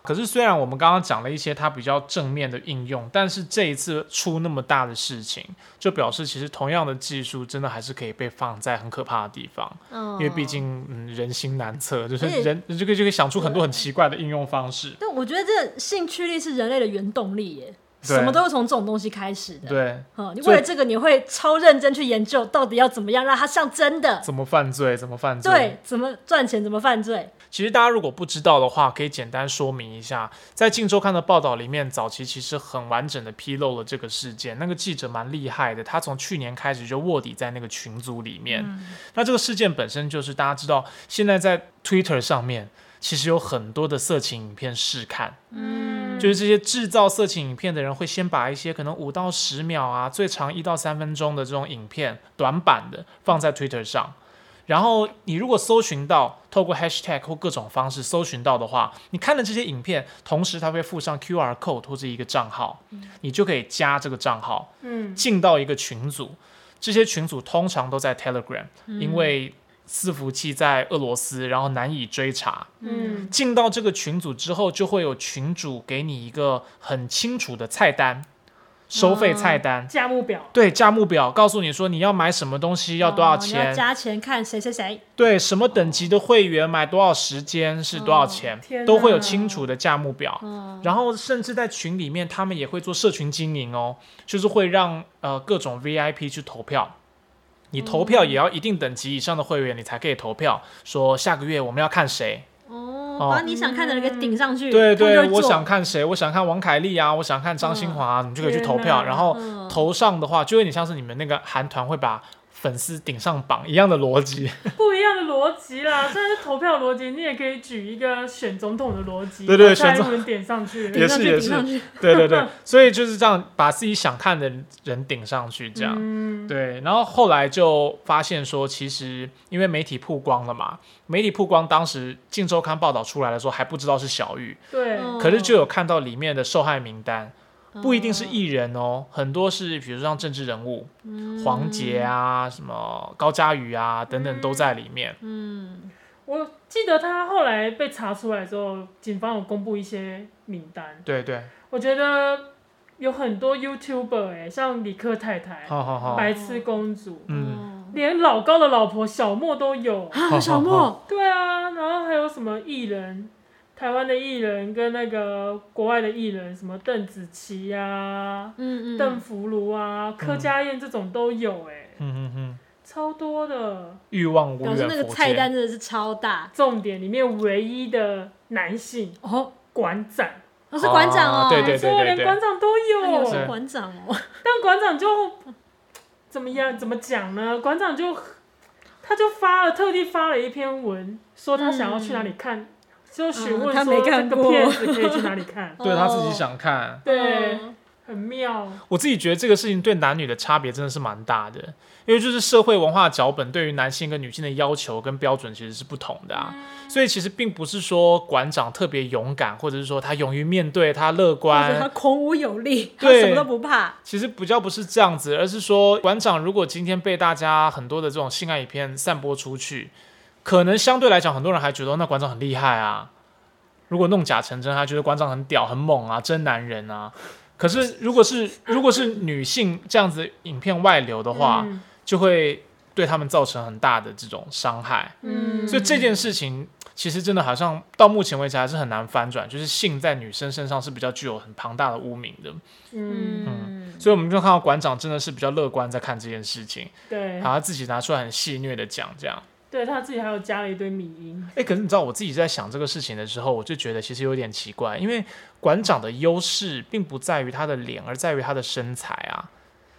Speaker 2: 可是虽然我们刚刚讲了一些它比较正面的应用，但是这一次出那么大的事情，就表示其实同样的技术真的还是可以被放在很可怕的地方，
Speaker 4: 嗯
Speaker 2: 因为毕，竟嗯人心难测， [LAUGHS] 就是
Speaker 4: 而且
Speaker 2: 人这个就可以想出很多很奇怪的应用方式。
Speaker 4: 但我觉得这兴趣力是人类的原动力耶，
Speaker 2: 对
Speaker 4: 什么都是从这种东西开始的。
Speaker 2: 对，
Speaker 4: 嗯，你
Speaker 2: 所以
Speaker 4: 为了这个，你会超认真去研究，到底要怎么样让它像真的？
Speaker 2: 怎么犯罪？怎么犯罪？
Speaker 4: 对，怎么赚钱，怎么犯罪？
Speaker 2: 其实大家如果不知道的话，可以简单说明一下，在《镜周刊》的报道里面，早期其实很完整的披露了这个事件。那个记者蛮厉害的，他从去年开始就卧底在那个群组里面。那这个事件本身就是大家知道，现在在 Twitter 上面其实有很多的色情影片试看。
Speaker 4: 哦
Speaker 3: 嗯，
Speaker 2: 就是这些制造色情影片的人会先把一些可能五到十秒啊，最长一到三分钟的这种影片短版的放在 Twitter 上，然后你如果搜寻到，透过 Hashtag 或各种方式搜寻到的话，你看了这些影片，同时它会附上 QR code 或者一个账号，你就可以加这个账号，
Speaker 3: 嗯，
Speaker 2: 进到一个群组，这些群组通常都在 Telegram，、因为伺服器在俄罗斯，然后难以追查。
Speaker 3: 嗯
Speaker 2: 进到这个群组之后，就会有群主给你一个很清楚的菜单，收费菜单，
Speaker 4: 嗯
Speaker 3: 价目表，
Speaker 2: 对价目表，告诉你说你要买什么东西，要多少
Speaker 4: 哦你要
Speaker 2: 钱，
Speaker 4: 加钱看谁谁谁。
Speaker 2: 对什么等级的会员买多少时间是多少钱，
Speaker 3: 天
Speaker 2: 都会有
Speaker 3: 哪
Speaker 2: 清楚的价目表。
Speaker 4: 哦嗯，
Speaker 2: 然后甚至在群里面，他们也会做社群经营哦，就是会让呃各种 VIP 去投票。你投
Speaker 4: 嗯
Speaker 2: 票也要一定等级以上的会员，你才可以投票，说下个月我们要看谁。
Speaker 4: 哦，
Speaker 2: 哦
Speaker 4: 把你想看的人给顶上去。
Speaker 2: [LAUGHS] 对
Speaker 4: 他们就
Speaker 2: 对，
Speaker 4: 会
Speaker 2: 我
Speaker 4: 做
Speaker 2: 想看谁，我想看王凯丽啊，我想看张新华、啊，你就可以去投票。
Speaker 3: 天哪
Speaker 2: 然后
Speaker 4: 嗯
Speaker 2: 投上的话，就有点像是你们那个韩团会把粉丝顶上榜一样的逻辑。 [LAUGHS]
Speaker 3: 不一样的逻辑啦。虽然是投票逻辑，你也可以举一个选总统的逻辑，
Speaker 2: 对对
Speaker 3: 把蔡
Speaker 2: 选总
Speaker 3: 英文点上去，
Speaker 2: [LAUGHS] 也
Speaker 4: 顶
Speaker 2: 是
Speaker 4: 上去，顶上去。
Speaker 2: 对
Speaker 4: [LAUGHS]
Speaker 2: 对对，所以就是这样，把自己想看的人顶上去，这样。
Speaker 3: 嗯，
Speaker 2: 对，然后后来就发现说，其实因为媒体曝光了嘛，媒体曝光当时《镜周刊》报道出来的时候还不知道是小玉，
Speaker 3: 对，
Speaker 4: 嗯
Speaker 2: 可是就有看到里面的受害名单，不一定是
Speaker 4: 嗯
Speaker 2: 艺人哦，很多是比如像政治人物，黄杰啊、什么高佳瑜啊等等都在里面。
Speaker 4: 嗯，
Speaker 3: 我记得他后来被查出来之后，警方有公布一些名单，
Speaker 2: 对对，
Speaker 3: 我觉得有很多 YouTuber 哎、像李克太太、
Speaker 2: 好好好，
Speaker 3: 白痴公主，
Speaker 2: 嗯，
Speaker 3: 连老高的老婆小莫都有。
Speaker 2: 好
Speaker 4: 啊，小莫，
Speaker 3: 对啊，然后还有什么艺人，台湾的艺人跟那个国外的艺人，什么邓紫棋呀、
Speaker 4: 嗯嗯，
Speaker 3: 邓福如啊、柯佳燕这种都有哎、
Speaker 2: 嗯嗯嗯，
Speaker 3: 超多的。
Speaker 2: 欲望无
Speaker 4: 表示
Speaker 2: 缘
Speaker 4: 那个
Speaker 2: 佛
Speaker 4: 菜单
Speaker 2: 界。
Speaker 4: 真的是超大
Speaker 3: 重点里面唯一的男性
Speaker 4: 哦，
Speaker 3: 馆长，
Speaker 4: 我是馆长哦，
Speaker 2: 啊对对
Speaker 3: 所有连馆长都
Speaker 4: 哎呦
Speaker 3: 有，
Speaker 4: 是
Speaker 2: 对
Speaker 4: 馆长哦，
Speaker 3: 但馆长就怎么样？怎么讲呢？馆长就他就发了，特地发了一篇文，说他想要去哪里看，就询
Speaker 4: 嗯
Speaker 3: 问
Speaker 4: 他
Speaker 3: 说
Speaker 4: 没
Speaker 3: 这
Speaker 4: 看
Speaker 3: 个
Speaker 4: 过。
Speaker 3: 片子可以去哪里看
Speaker 2: 对他自
Speaker 4: 哦
Speaker 2: 己想看，
Speaker 3: 对，
Speaker 4: 嗯
Speaker 3: 很妙。
Speaker 2: 我自己觉得这个事情对男女的差别真的是蛮大的，因为就是社会文化脚本对于男性跟女性的要求跟标准其实是不同的啊，所以其实并不是说馆长特别勇敢，或者是说他勇于面对，他乐
Speaker 4: 或者他
Speaker 2: 观，
Speaker 4: 孔武有力，他
Speaker 2: 对
Speaker 4: 什么都不怕，
Speaker 2: 其实比较不是这样子，而是说馆长如果今天被大家很多的这种性爱影片散播出去，可能相对来讲很多人还觉得哦那馆长很厉害啊，如果弄假成真，他觉得馆长很屌很猛啊，真男人啊。可是如果是如果是女性这样子影片外流的话，
Speaker 3: 嗯
Speaker 2: 就会对他们造成很大的这种伤害。
Speaker 4: 嗯
Speaker 2: 所以这件事情其实真的好像到目前为止还是很难翻转，就是性在女生身上是比较具有很庞大的污名的。
Speaker 3: 嗯，
Speaker 4: 嗯，
Speaker 2: 所以我们就看到馆长真的是比较乐观在看这件事情，
Speaker 3: 对
Speaker 2: 然，后他自己拿出来很戏谑的讲这样。
Speaker 3: 对他自己还有加了一堆迷音。
Speaker 2: 哎、可是你知道我自己在想这个事情的时候，我就觉得其实有点奇怪，因为馆长的优势并不在于他的脸，而在于他的身材啊。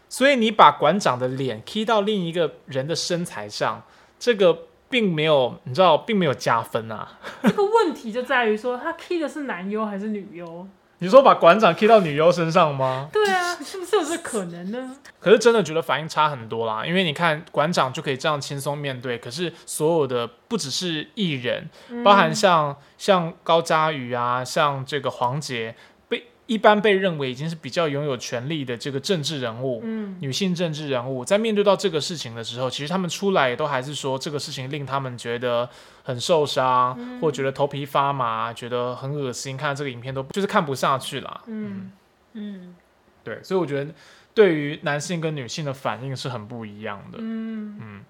Speaker 2: 所以你把馆长的脸 key 到另一个人的身材上，这个并没有，你知道，并没有加分啊。
Speaker 3: 这个问题就在于说，他 key 的是男优还是女优？
Speaker 2: 你说把馆长 key 到女优身上吗？
Speaker 3: 对啊，是不是有这可能呢？
Speaker 2: 可是真的觉得反应差很多啦，因为你看馆长就可以这样轻松面对，可是所有的不只是艺人，
Speaker 3: 嗯
Speaker 2: 包含像像高佳瑜啊，像这个黄杰，被一般被认为已经是比较拥有权力的这个政治人物，
Speaker 3: 嗯，
Speaker 2: 女性政治人物，在面对到这个事情的时候，其实他们出来也都还是说这个事情令他们觉得很受伤，
Speaker 3: 嗯
Speaker 2: 或觉得头皮发麻，觉得很恶心，看到这个影片都就是看不下去啦。
Speaker 3: 嗯
Speaker 4: 嗯，
Speaker 2: 对，所以我觉得对于男性跟女性的反应是很不一样的。
Speaker 3: 嗯
Speaker 2: 嗯，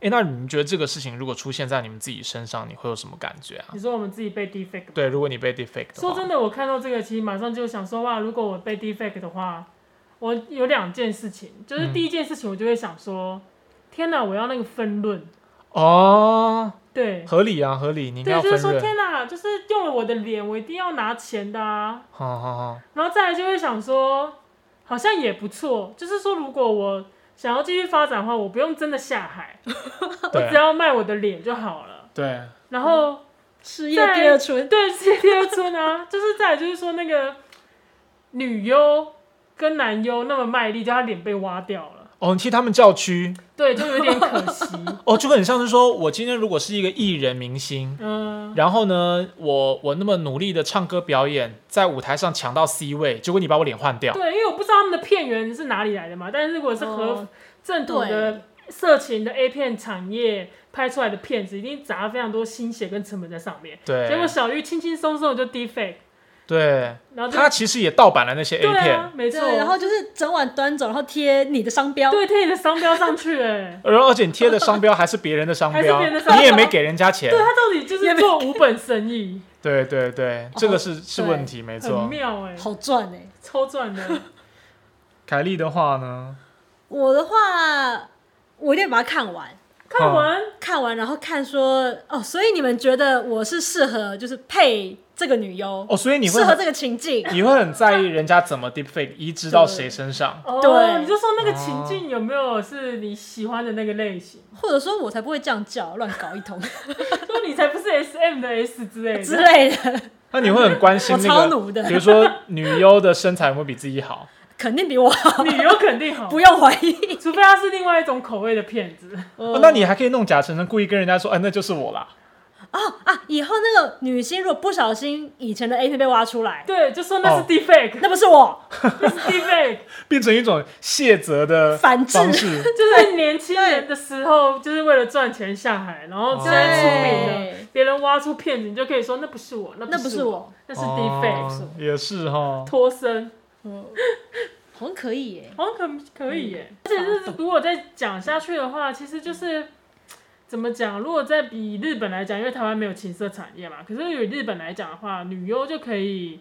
Speaker 2: 哎、那你们觉得这个事情如果出现在你们自己身上，你会有什么感觉啊
Speaker 3: 你？说我们自己被 defect
Speaker 2: 对，如果你被 defect 的
Speaker 3: 说
Speaker 2: 话，
Speaker 3: 真的，我看到这个，其实马上就想说，哇，如果我被 defect 的话，我有两件事情，就是
Speaker 2: 嗯
Speaker 3: 第一件事情，我就会想说，天哪，我要那个分论，
Speaker 2: 哦，
Speaker 3: 对，
Speaker 2: 合理啊，合理，你应该要
Speaker 3: 对，就是
Speaker 2: 分
Speaker 3: 说，
Speaker 2: 润。
Speaker 3: 天哪，就是用了我的脸，我一定要拿钱的啊，
Speaker 2: 好好好，
Speaker 3: 然后再来就会想说，好像也不错，就是说，如果我想要继续发展的话，我不用真的下海， [LAUGHS] 我只
Speaker 2: 对啊
Speaker 3: 要卖我的脸就好了，
Speaker 2: 对，
Speaker 3: 然后。
Speaker 4: 事业第二春，
Speaker 3: 对，是第二春啊，就是再来就是说那个女优跟男优那么卖力，叫他脸被挖掉了，
Speaker 2: 哦，你替他们叫屈，
Speaker 3: 对，就有点可惜。
Speaker 2: 哦，就很像是说我今天如果是一个艺人明星。
Speaker 3: 嗯，
Speaker 2: 然后呢，我我那么努力的唱歌表演，在舞台上抢到 C 位，结果你把我脸换掉，
Speaker 3: 对，因为我不知道他们的片源是哪里来的嘛，但是如果是和
Speaker 4: 哦
Speaker 3: 正统的色情的 A 片产业拍出来的片子，一定砸了非常多心血跟成本在上面。
Speaker 2: 对，
Speaker 3: 结果小玉轻轻松松地就 defect，
Speaker 2: 对，
Speaker 3: 然后就
Speaker 2: 他其实也盗版了那些 A
Speaker 3: 对
Speaker 2: 片，
Speaker 3: 啊，没错，
Speaker 4: 对，然后就是整碗端走，然后贴你的商标，
Speaker 3: 对贴你的商标上去、哎。
Speaker 2: [LAUGHS] 而而且你贴的商标还是别人的商
Speaker 3: 还是
Speaker 2: 标，
Speaker 3: 别人的商标
Speaker 2: 你也没给人家钱
Speaker 3: 对。他到底就是做无本生意，
Speaker 2: 对对对，这个是、是问题，没
Speaker 3: 很
Speaker 2: 错。
Speaker 3: 妙哎、
Speaker 4: 好赚哎。
Speaker 3: 超
Speaker 4: [LAUGHS]
Speaker 3: 赚的。
Speaker 2: 凯莉的话呢？
Speaker 4: 我的话，我一定把它看完，
Speaker 3: 看完，
Speaker 4: 看完然后看说哦，所以你们觉得我是适合就是配这个女优，
Speaker 2: 哦，所以你会
Speaker 4: 适合这
Speaker 2: 很
Speaker 4: 个情境，
Speaker 2: 你会很在意人家怎么 deepfake 移植到谁身上？
Speaker 3: 哦
Speaker 4: 对
Speaker 3: 你就说那个情境有没有是你喜欢的那个类型？ [LAUGHS]
Speaker 4: 或者说我才不会这样叫，乱搞一
Speaker 2: [LAUGHS]
Speaker 4: 通 [LAUGHS]
Speaker 3: 说你才不是 S M 的 S 之类
Speaker 4: 之
Speaker 3: 的。
Speaker 4: 类的，
Speaker 2: 那你会很关心
Speaker 4: 我
Speaker 2: 那
Speaker 4: 超
Speaker 2: 个，
Speaker 4: 奴的
Speaker 2: 比如说女优的身材有没有比自己好？
Speaker 4: 肯定比我好，
Speaker 3: 女优肯定好，
Speaker 4: 不用怀疑。
Speaker 3: 除非她是另外一种口味的骗子。
Speaker 2: 哦那你还可以弄假成真，故意跟人家说，哎，那就是我啦。
Speaker 4: 哦啊，以后那个女星如果不小心以前的 A 片被挖出来，
Speaker 3: 对，就说那是
Speaker 2: 哦
Speaker 3: defect，
Speaker 4: 那不是我，
Speaker 3: 那是 defect，
Speaker 2: 变成一种卸责的
Speaker 4: 反制
Speaker 2: 方式。
Speaker 3: 就是年轻人的时候就是为了赚钱下海，然后现在出名
Speaker 4: 对
Speaker 3: 的，别人挖出骗子，你就可以说那不是我，那
Speaker 4: 那不是
Speaker 3: 我，
Speaker 4: 我，
Speaker 3: [LAUGHS] 那是 defect，
Speaker 2: 哦也是哈。
Speaker 3: 脱身。
Speaker 4: [LAUGHS] 好像可以耶。
Speaker 3: 好像哦可可以耶，而且是如果再讲下去的话，其实就是怎么讲？如果再比日本来讲，因为台湾没有情色产业嘛，可是以日本来讲的话，女优就可以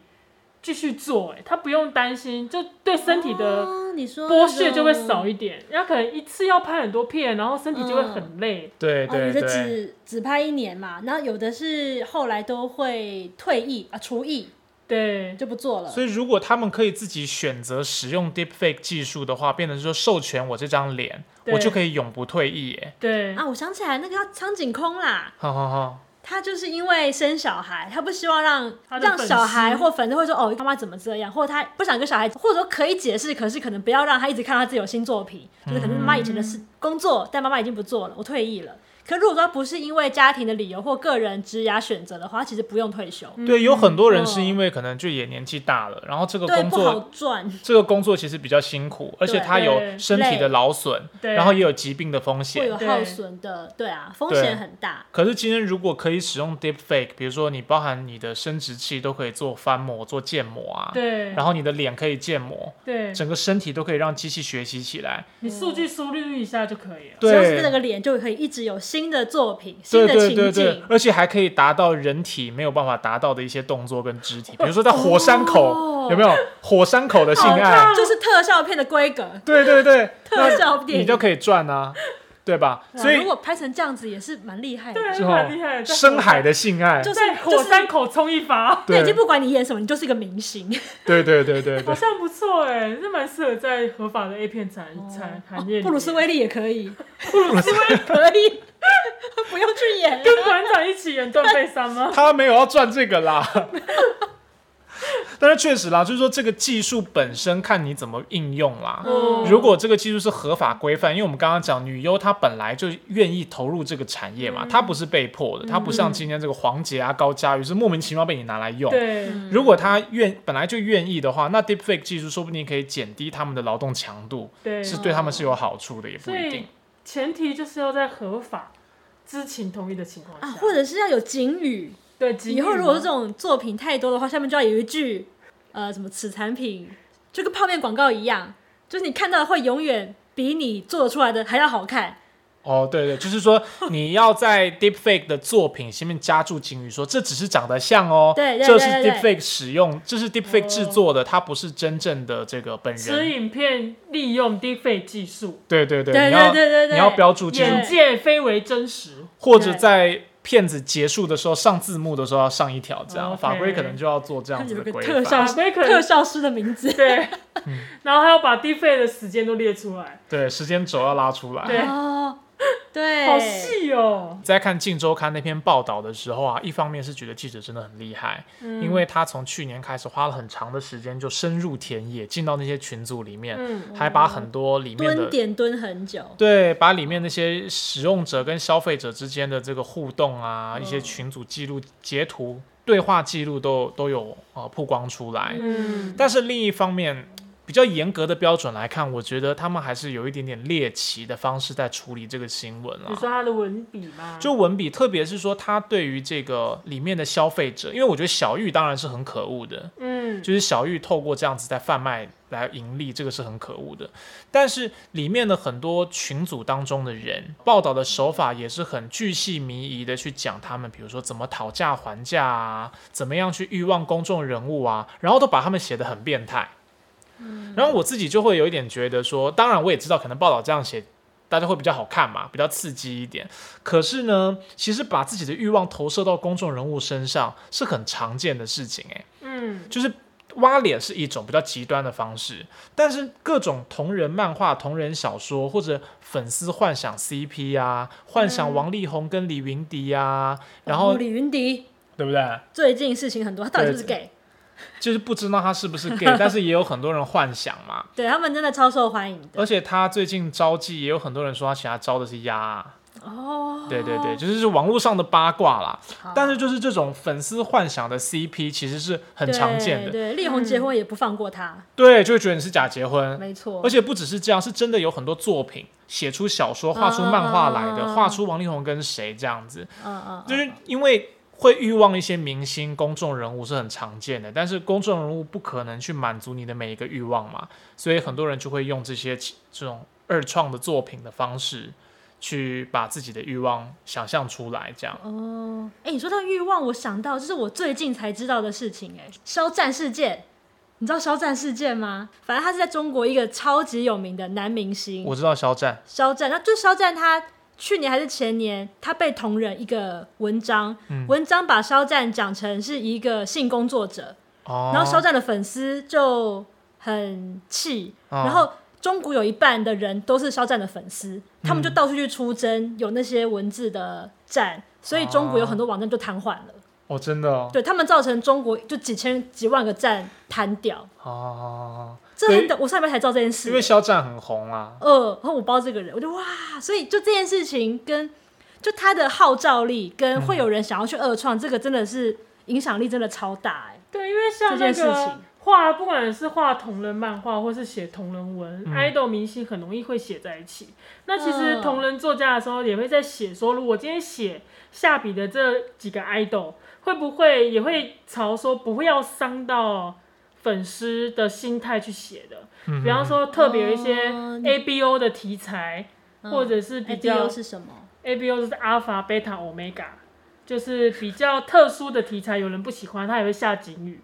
Speaker 3: 继续做，哎，她不用担心，就对身体的
Speaker 4: 哦你说
Speaker 3: 剥
Speaker 4: 那
Speaker 3: 削就会
Speaker 4: 种
Speaker 3: 少一点。然后可能一次要拍很多片，然后身体就会很累。
Speaker 2: 对
Speaker 4: 哦，
Speaker 2: 对
Speaker 4: 有的
Speaker 2: 对，
Speaker 4: 只只拍一年嘛，然后有的是后来都会退役啊，除役
Speaker 3: 对，
Speaker 4: 就不做了。
Speaker 2: 所以如果他们可以自己选择使用 deepfake 技术的话，变成说授权我这张脸，
Speaker 3: 对
Speaker 2: 我就可以永不退役耶。
Speaker 3: 对，
Speaker 4: 啊，我想起来那个叫苍井空啦，
Speaker 2: 哈哈哈，
Speaker 4: 他就是因为生小孩，他不希望让
Speaker 3: 他的
Speaker 4: 让
Speaker 3: 粉
Speaker 4: 小
Speaker 3: 丝
Speaker 4: 孩或粉丝会说哦，妈妈怎么这样，或者他不想跟小孩，或者说可以解释，可是可能不要让他一直看到他自己有新作品，就是可能妈妈以前的
Speaker 2: 嗯
Speaker 4: 事工作，但妈妈已经不做了，我退役了。可如果说他不是因为家庭的理由或个人职涯选择的话，他其实不用退休，
Speaker 2: 对，有很多人是
Speaker 4: 哦
Speaker 2: 因为可能就也年纪大了，然后这个
Speaker 4: 对，
Speaker 2: 工
Speaker 4: 不
Speaker 2: 作
Speaker 4: 好赚。
Speaker 2: 这个工作其实比较辛苦，而且
Speaker 4: 对
Speaker 2: 它有
Speaker 3: 对
Speaker 2: 身体
Speaker 4: 累
Speaker 2: 的劳损，
Speaker 3: 对
Speaker 2: 然后也有疾病的风
Speaker 4: 会
Speaker 2: 险
Speaker 4: 有。耗损的，对啊，风
Speaker 2: 对
Speaker 4: 险很大。
Speaker 2: 可是今天如果可以使用 deepfake，比如说你包含你的生殖器都可以做翻模、做建模啊，
Speaker 3: 对，
Speaker 2: 然后你的脸可以建模，
Speaker 3: 对，
Speaker 2: 整个身体都可以让机器学习起来。
Speaker 3: 你数据输入一下就可以了。
Speaker 4: 只要是
Speaker 2: 对，
Speaker 4: 那个脸，就可以一直有新的作品、新
Speaker 2: 对
Speaker 4: 的
Speaker 2: 对对
Speaker 4: 情
Speaker 2: 对
Speaker 4: 境，。
Speaker 2: 而且还可以达到人体没有办法达到的一些动作跟肢体，
Speaker 4: [LAUGHS]
Speaker 2: 比如说在火山口、
Speaker 4: 哦
Speaker 2: 有没有火山口的性
Speaker 3: 好
Speaker 2: 爱
Speaker 3: 看？
Speaker 4: 就是特效片的规格，
Speaker 2: 对对对，
Speaker 4: 特效电
Speaker 2: 你
Speaker 4: 影。
Speaker 2: 就可以赚啊，对吧？
Speaker 4: 哇
Speaker 2: 所
Speaker 4: 啊
Speaker 2: 以
Speaker 4: 如果拍成这样子也是蛮厉害的，
Speaker 3: 对，
Speaker 2: 之后
Speaker 3: 蛮厉害的。在
Speaker 2: 深
Speaker 3: 火
Speaker 2: 海
Speaker 3: 山，
Speaker 2: 的性爱，
Speaker 4: 就是
Speaker 3: 在
Speaker 4: 就
Speaker 3: 火
Speaker 4: 是
Speaker 3: 山口冲一发，
Speaker 4: 那已经
Speaker 2: 对
Speaker 4: 不管你演什么，你就是一个明星。
Speaker 2: 对对对对
Speaker 4: [LAUGHS]
Speaker 3: 好
Speaker 2: 对，
Speaker 3: 像不错哎，这蛮适合在合法的 A 片产
Speaker 4: 哦
Speaker 3: 产产业里面。
Speaker 4: [LAUGHS] 布鲁斯威利也可以，布鲁斯威利可
Speaker 3: [LAUGHS]
Speaker 4: 以，不用去演。
Speaker 3: 跟馆长一起演断背山
Speaker 4: [LAUGHS]
Speaker 3: 吗？
Speaker 2: 他没有要赚这个啦。但是确实啦，就是说这个技术本身看你怎么应用啦。
Speaker 4: 哦
Speaker 3: 嗯
Speaker 2: 如果这个技术是合法规范，因为我们刚刚讲女优她本来就愿意投入这个产业嘛，她不是被迫的，她不
Speaker 4: 嗯
Speaker 2: 像今天这个黄杰啊、高佳瑜是莫名其妙被你拿来用。
Speaker 3: 对，
Speaker 2: 如果她愿本来就愿意的话，那 deepfake 技术说不定可以减低他们的劳动强度，
Speaker 3: 对，
Speaker 2: 是对他们是
Speaker 4: 哦
Speaker 2: 有好处的，也不一定。
Speaker 3: 前提就是要在合法、知情同意的情况下，
Speaker 4: 啊，或者是要有警语，
Speaker 3: 对，给予
Speaker 4: 以后如果
Speaker 3: 嘛
Speaker 4: 这种作品太多的话，下面就要有一句，呃，什么此产品就跟泡面广告一样，就是你看到的会永远比你做得出来的还要好看。
Speaker 2: 哦，对对，就是说你要在 deepfake 的作品下面加注警语说，这只是长得像哦，
Speaker 4: 对对
Speaker 2: 这
Speaker 4: 对
Speaker 2: 是
Speaker 4: 对哦
Speaker 2: deepfake 使用，这是 deepfake 制作的，它不是真正的这个本
Speaker 3: 此
Speaker 2: 人。
Speaker 3: 影片利用低费技术，
Speaker 2: 对对对，
Speaker 4: 对
Speaker 2: 你要
Speaker 4: 对对对对
Speaker 2: 你要标注清
Speaker 3: 眼
Speaker 2: 楚，
Speaker 3: 界非为真实。
Speaker 2: 或者在片子结束的时候上字幕的时候要上一条，这样
Speaker 3: OK
Speaker 2: 法规可能就要做这样子
Speaker 4: 有
Speaker 2: 的
Speaker 4: 个
Speaker 2: 规
Speaker 4: 特
Speaker 2: 范。
Speaker 4: 效
Speaker 3: 法规可能
Speaker 4: 特效师的名字。
Speaker 3: 对，
Speaker 4: 嗯
Speaker 3: 然后还要把低费的时间都列出来，
Speaker 2: 对，时间轴要拉出来。
Speaker 3: 对
Speaker 4: 哦，对，
Speaker 3: 好细哦。
Speaker 2: 在看《镜周刊》那篇报道的时候啊，一方面是觉得记者真的很厉害，
Speaker 4: 嗯
Speaker 2: 因为他从去年开始花了很长的时间就深入田野，进到那些群组里面，
Speaker 3: 嗯
Speaker 2: 还把很多里面
Speaker 4: 蹲
Speaker 2: 的。
Speaker 4: 点蹲很久。
Speaker 2: 对，把里面那些使用者跟消费者之间的这个互动啊，
Speaker 4: 嗯
Speaker 2: 一些群组记录、截图、对话记录都都有呃曝光出来。
Speaker 3: 嗯，
Speaker 2: 但是另一方面，比较严格的标准来看，我觉得他们还是有一点点猎奇的方式在处理这个新闻啊
Speaker 3: 你
Speaker 2: 了。
Speaker 3: 说他的文笔吗？
Speaker 2: 就文笔，特别是说他对于这个里面的消费者，因为我觉得小玉当然是很可恶的，
Speaker 3: 嗯，
Speaker 2: 就是小玉透过这样子在贩卖来盈利，这个是很可恶的。但是里面的很多群组当中的人，报道的手法也是很巨细靡遗的去讲他们，比如说怎么讨价还价啊，怎么样去欲望公众人物啊，然后都把他们写得很变态。然后我自己就会有一点觉得说，当然我也知道可能报道这样写。大家会比较好看嘛，比较刺激一点。可是呢，其实把自己的欲望投射到公众人物身上是很常见的事情、欸，
Speaker 3: 嗯，
Speaker 2: 就是挖脸是一种比较极端的方式，但是各种同人漫画、同人小说或者粉丝幻想 CP 啊，幻想王力宏跟李云迪啊，然后
Speaker 4: 哦李云迪
Speaker 2: 对不对？
Speaker 4: 最近事情很多，他到底是不是 gay？
Speaker 2: 就是不知道他是不 [LAUGHS] 是 gay，但是也有很多人幻想嘛。
Speaker 4: 对他们真的超受欢迎的
Speaker 2: 而且他最近招妓，也有很多人说他其实他招的是鸭啊、
Speaker 4: 哦。
Speaker 2: 对对对，就是网络上的八卦啦。
Speaker 4: 好
Speaker 2: 但是就是这种粉丝幻想的 CP，其实是很常见的。
Speaker 4: 对，对力宏结婚也不放过他，
Speaker 2: 对，就会觉得你是假结婚，
Speaker 4: 没错。
Speaker 2: 而且不只是这样，是真的有很多作品写出小说、画出漫画来的，
Speaker 4: 啊
Speaker 2: 画出王力宏跟谁这样子，
Speaker 4: 嗯嗯，
Speaker 2: 就
Speaker 4: 嗯
Speaker 2: 是因为会欲望一些明星、公众人物是很常见的，但是公众人物不可能去满足你的每一个欲望嘛，所以很多人就会用这些其这种二创的作品的方式。去把自己的欲望想象出来，这样
Speaker 4: 嗯哦，哎，你说到欲望，我想到这是我最近才知道的事情，哎，肖战事件，你知道肖战事件吗？反正他是在中国一个超级有名的男明星，
Speaker 2: 我知道肖战，
Speaker 4: 肖战，那就肖战他去年还是前年，他被同人一个文章，文章把肖战讲成是一个性工作者，
Speaker 2: 哦，
Speaker 4: 然后肖战的粉丝就很气，
Speaker 2: 哦
Speaker 4: 然后中国有一半的人都是肖战的粉丝，
Speaker 2: 嗯
Speaker 4: 他们就到处去出征，有那些文字的站，所以中国有很多网站就瘫痪了，
Speaker 2: 哦，真的哦，
Speaker 4: 对他们造成中国就几千几万个站瘫掉，
Speaker 2: 哦，
Speaker 4: 这
Speaker 2: 对
Speaker 4: 很我上礼拜才知道这件事，
Speaker 2: 因为肖战很红啊，
Speaker 4: 呃，然后我包这个人，我就哇，所以就这件事情跟就他的号召力跟会有人想要去二创，这个真的是影响力真的超大哎、
Speaker 3: 对，因为像
Speaker 4: 这
Speaker 3: 那
Speaker 4: 件事
Speaker 3: 个
Speaker 4: 情
Speaker 3: 画，不管是画同人漫画，或是写同人文、
Speaker 2: 嗯
Speaker 3: i d o l 明星很容易会写在一起。那
Speaker 4: 嗯
Speaker 3: 其实同人作家的时候，也会在写说，如果今天写下笔的这几个 idol，会不会也会朝说不会要伤到粉丝的心态去写的？
Speaker 2: 嗯，
Speaker 3: 比方说，特别有一些
Speaker 4: 哦
Speaker 3: A B O 的题材，
Speaker 4: 嗯
Speaker 3: 或者是比较
Speaker 4: IPO 是什么？
Speaker 3: A B O 就是 Alpha、Beta、Omega，就是比较特殊的题材，有人不喜欢，他也会下警语。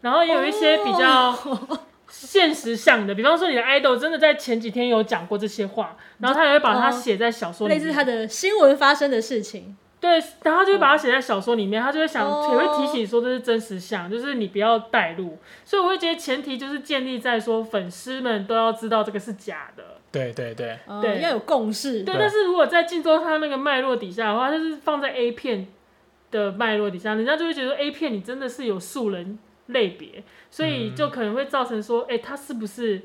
Speaker 3: 然后也有一些比较
Speaker 4: 哦
Speaker 3: 现实向的，比方说你的 idol 真的在前几天有讲过这些话，然后他也会把它写在小说
Speaker 4: 嗯
Speaker 3: 里
Speaker 4: 类
Speaker 3: 面，
Speaker 4: 似他的新闻发生的事情，
Speaker 3: 对，然后他就会把它写在小说里面，他就会想
Speaker 4: 哦
Speaker 3: 也会提醒说这是真实像，就是你不要带入。所以我会觉得前提就是建立在说粉丝们都要知道这个是假的。
Speaker 2: 对对对，
Speaker 4: 呃
Speaker 3: 对
Speaker 4: 要有共识。
Speaker 3: 对，
Speaker 2: 对
Speaker 3: 但是如果在晋州它那个脉络底下的话，就是放在 A 片的脉络底下，人家就会觉得 A 片你真的是有素人类别，所以
Speaker 2: 嗯
Speaker 3: 就可能会造成说，哎、他是不是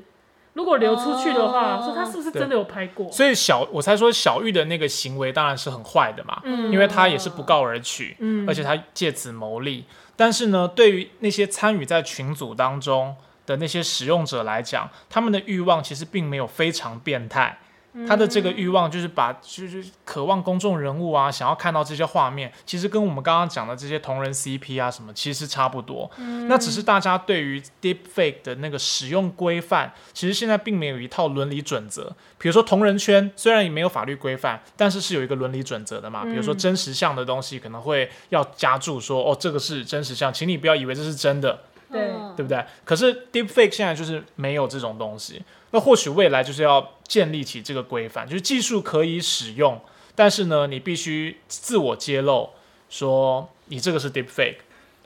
Speaker 3: 如果流出去的话，
Speaker 4: 哦
Speaker 3: 说他是不是真的有拍过？
Speaker 2: 所以小我才说小玉的那个行为当然是很坏的嘛，
Speaker 3: 嗯
Speaker 2: 因为他也是不告而取，
Speaker 3: 嗯
Speaker 2: 而且他借此牟利。但是呢，对于那些参与在群组当中的那些使用者来讲，他们的欲望其实并没有非常变态。他的这个欲望就是把，就是渴望公众人物啊，想要看到这些画面，其实跟我们刚刚讲的这些同人 CP 啊什么，其实差不多。那只是大家对于 Deepfake 的那个使用规范，其实现在并没有一套伦理准则。比如说同人圈虽然也没有法律规范，但是是有一个伦理准则的嘛。比如说真实像的东西可能会要加注说，哦，这个是真实像，请你不要以为这是真的，
Speaker 3: 对
Speaker 4: 嗯
Speaker 2: 对不对？可是 deepfake 现在就是没有这种东西，那或许未来就是要建立起这个规范，就是技术可以使用，但是呢，你必须自我揭露说你这个是 deepfake，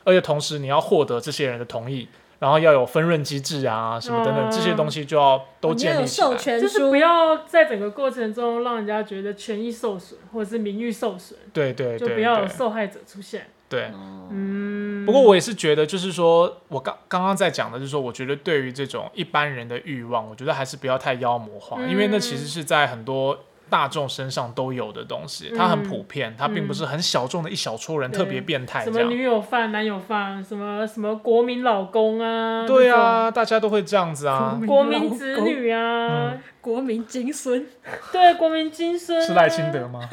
Speaker 2: 而且同时你要获得这些人的同意。然后要有分润机制啊，什么等等，这些东西就要都
Speaker 4: 嗯你要
Speaker 2: 建
Speaker 4: 有
Speaker 2: 立起来。
Speaker 4: 授权
Speaker 3: 就是不
Speaker 4: 书，
Speaker 3: 要在整个过程中让人家觉得权益受损或者是名誉受损，
Speaker 2: 对对
Speaker 3: 就
Speaker 2: 对，
Speaker 3: 不要有
Speaker 2: 对
Speaker 3: 受害者出现。
Speaker 2: 对。
Speaker 3: 嗯，
Speaker 2: 不过我也是觉得，就是说我刚刚刚在讲的，就是说，我觉得对于这种一般人的欲望，我觉得还是不要太妖魔
Speaker 3: 嗯
Speaker 2: 化，因为那其实是在很多。大众身上都有的东西，
Speaker 3: 嗯
Speaker 2: 它很普遍，它并不是很小众的一小撮人特别变态
Speaker 3: 什
Speaker 2: 这
Speaker 3: 么
Speaker 2: 样。
Speaker 3: 女友犯、男友犯，什么什么国民老公啊，
Speaker 2: 对
Speaker 3: 啊，
Speaker 2: 啊，大家都会这样子
Speaker 3: [LAUGHS]
Speaker 2: 啊。
Speaker 3: 国民子女啊，
Speaker 2: 嗯
Speaker 4: 国民金孙，
Speaker 3: [LAUGHS] 对，国民金孙、啊、
Speaker 2: 是赖清德吗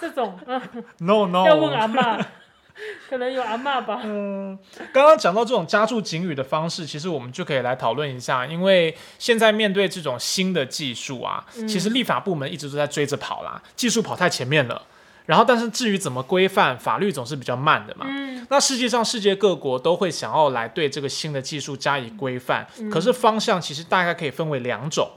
Speaker 3: 这种，嗯、
Speaker 2: ？No No，
Speaker 3: 要问阿
Speaker 2: [LAUGHS]
Speaker 3: 嬷，可能有阿嬷吧。
Speaker 2: 刚刚讲到这种加注警语的方式，其实我们就可以来讨论一下，因为现在面对这种新的技术啊，
Speaker 3: 嗯
Speaker 2: 其实立法部门一直都在追着跑啦，技术跑太前面了。然后，但是至于怎么规范，法律总是比较慢的嘛。
Speaker 3: 嗯
Speaker 2: 那世界上世界各国都会想要来对这个新的技术加以规范，
Speaker 3: 嗯
Speaker 2: 可是方向其实大概可以分为两种。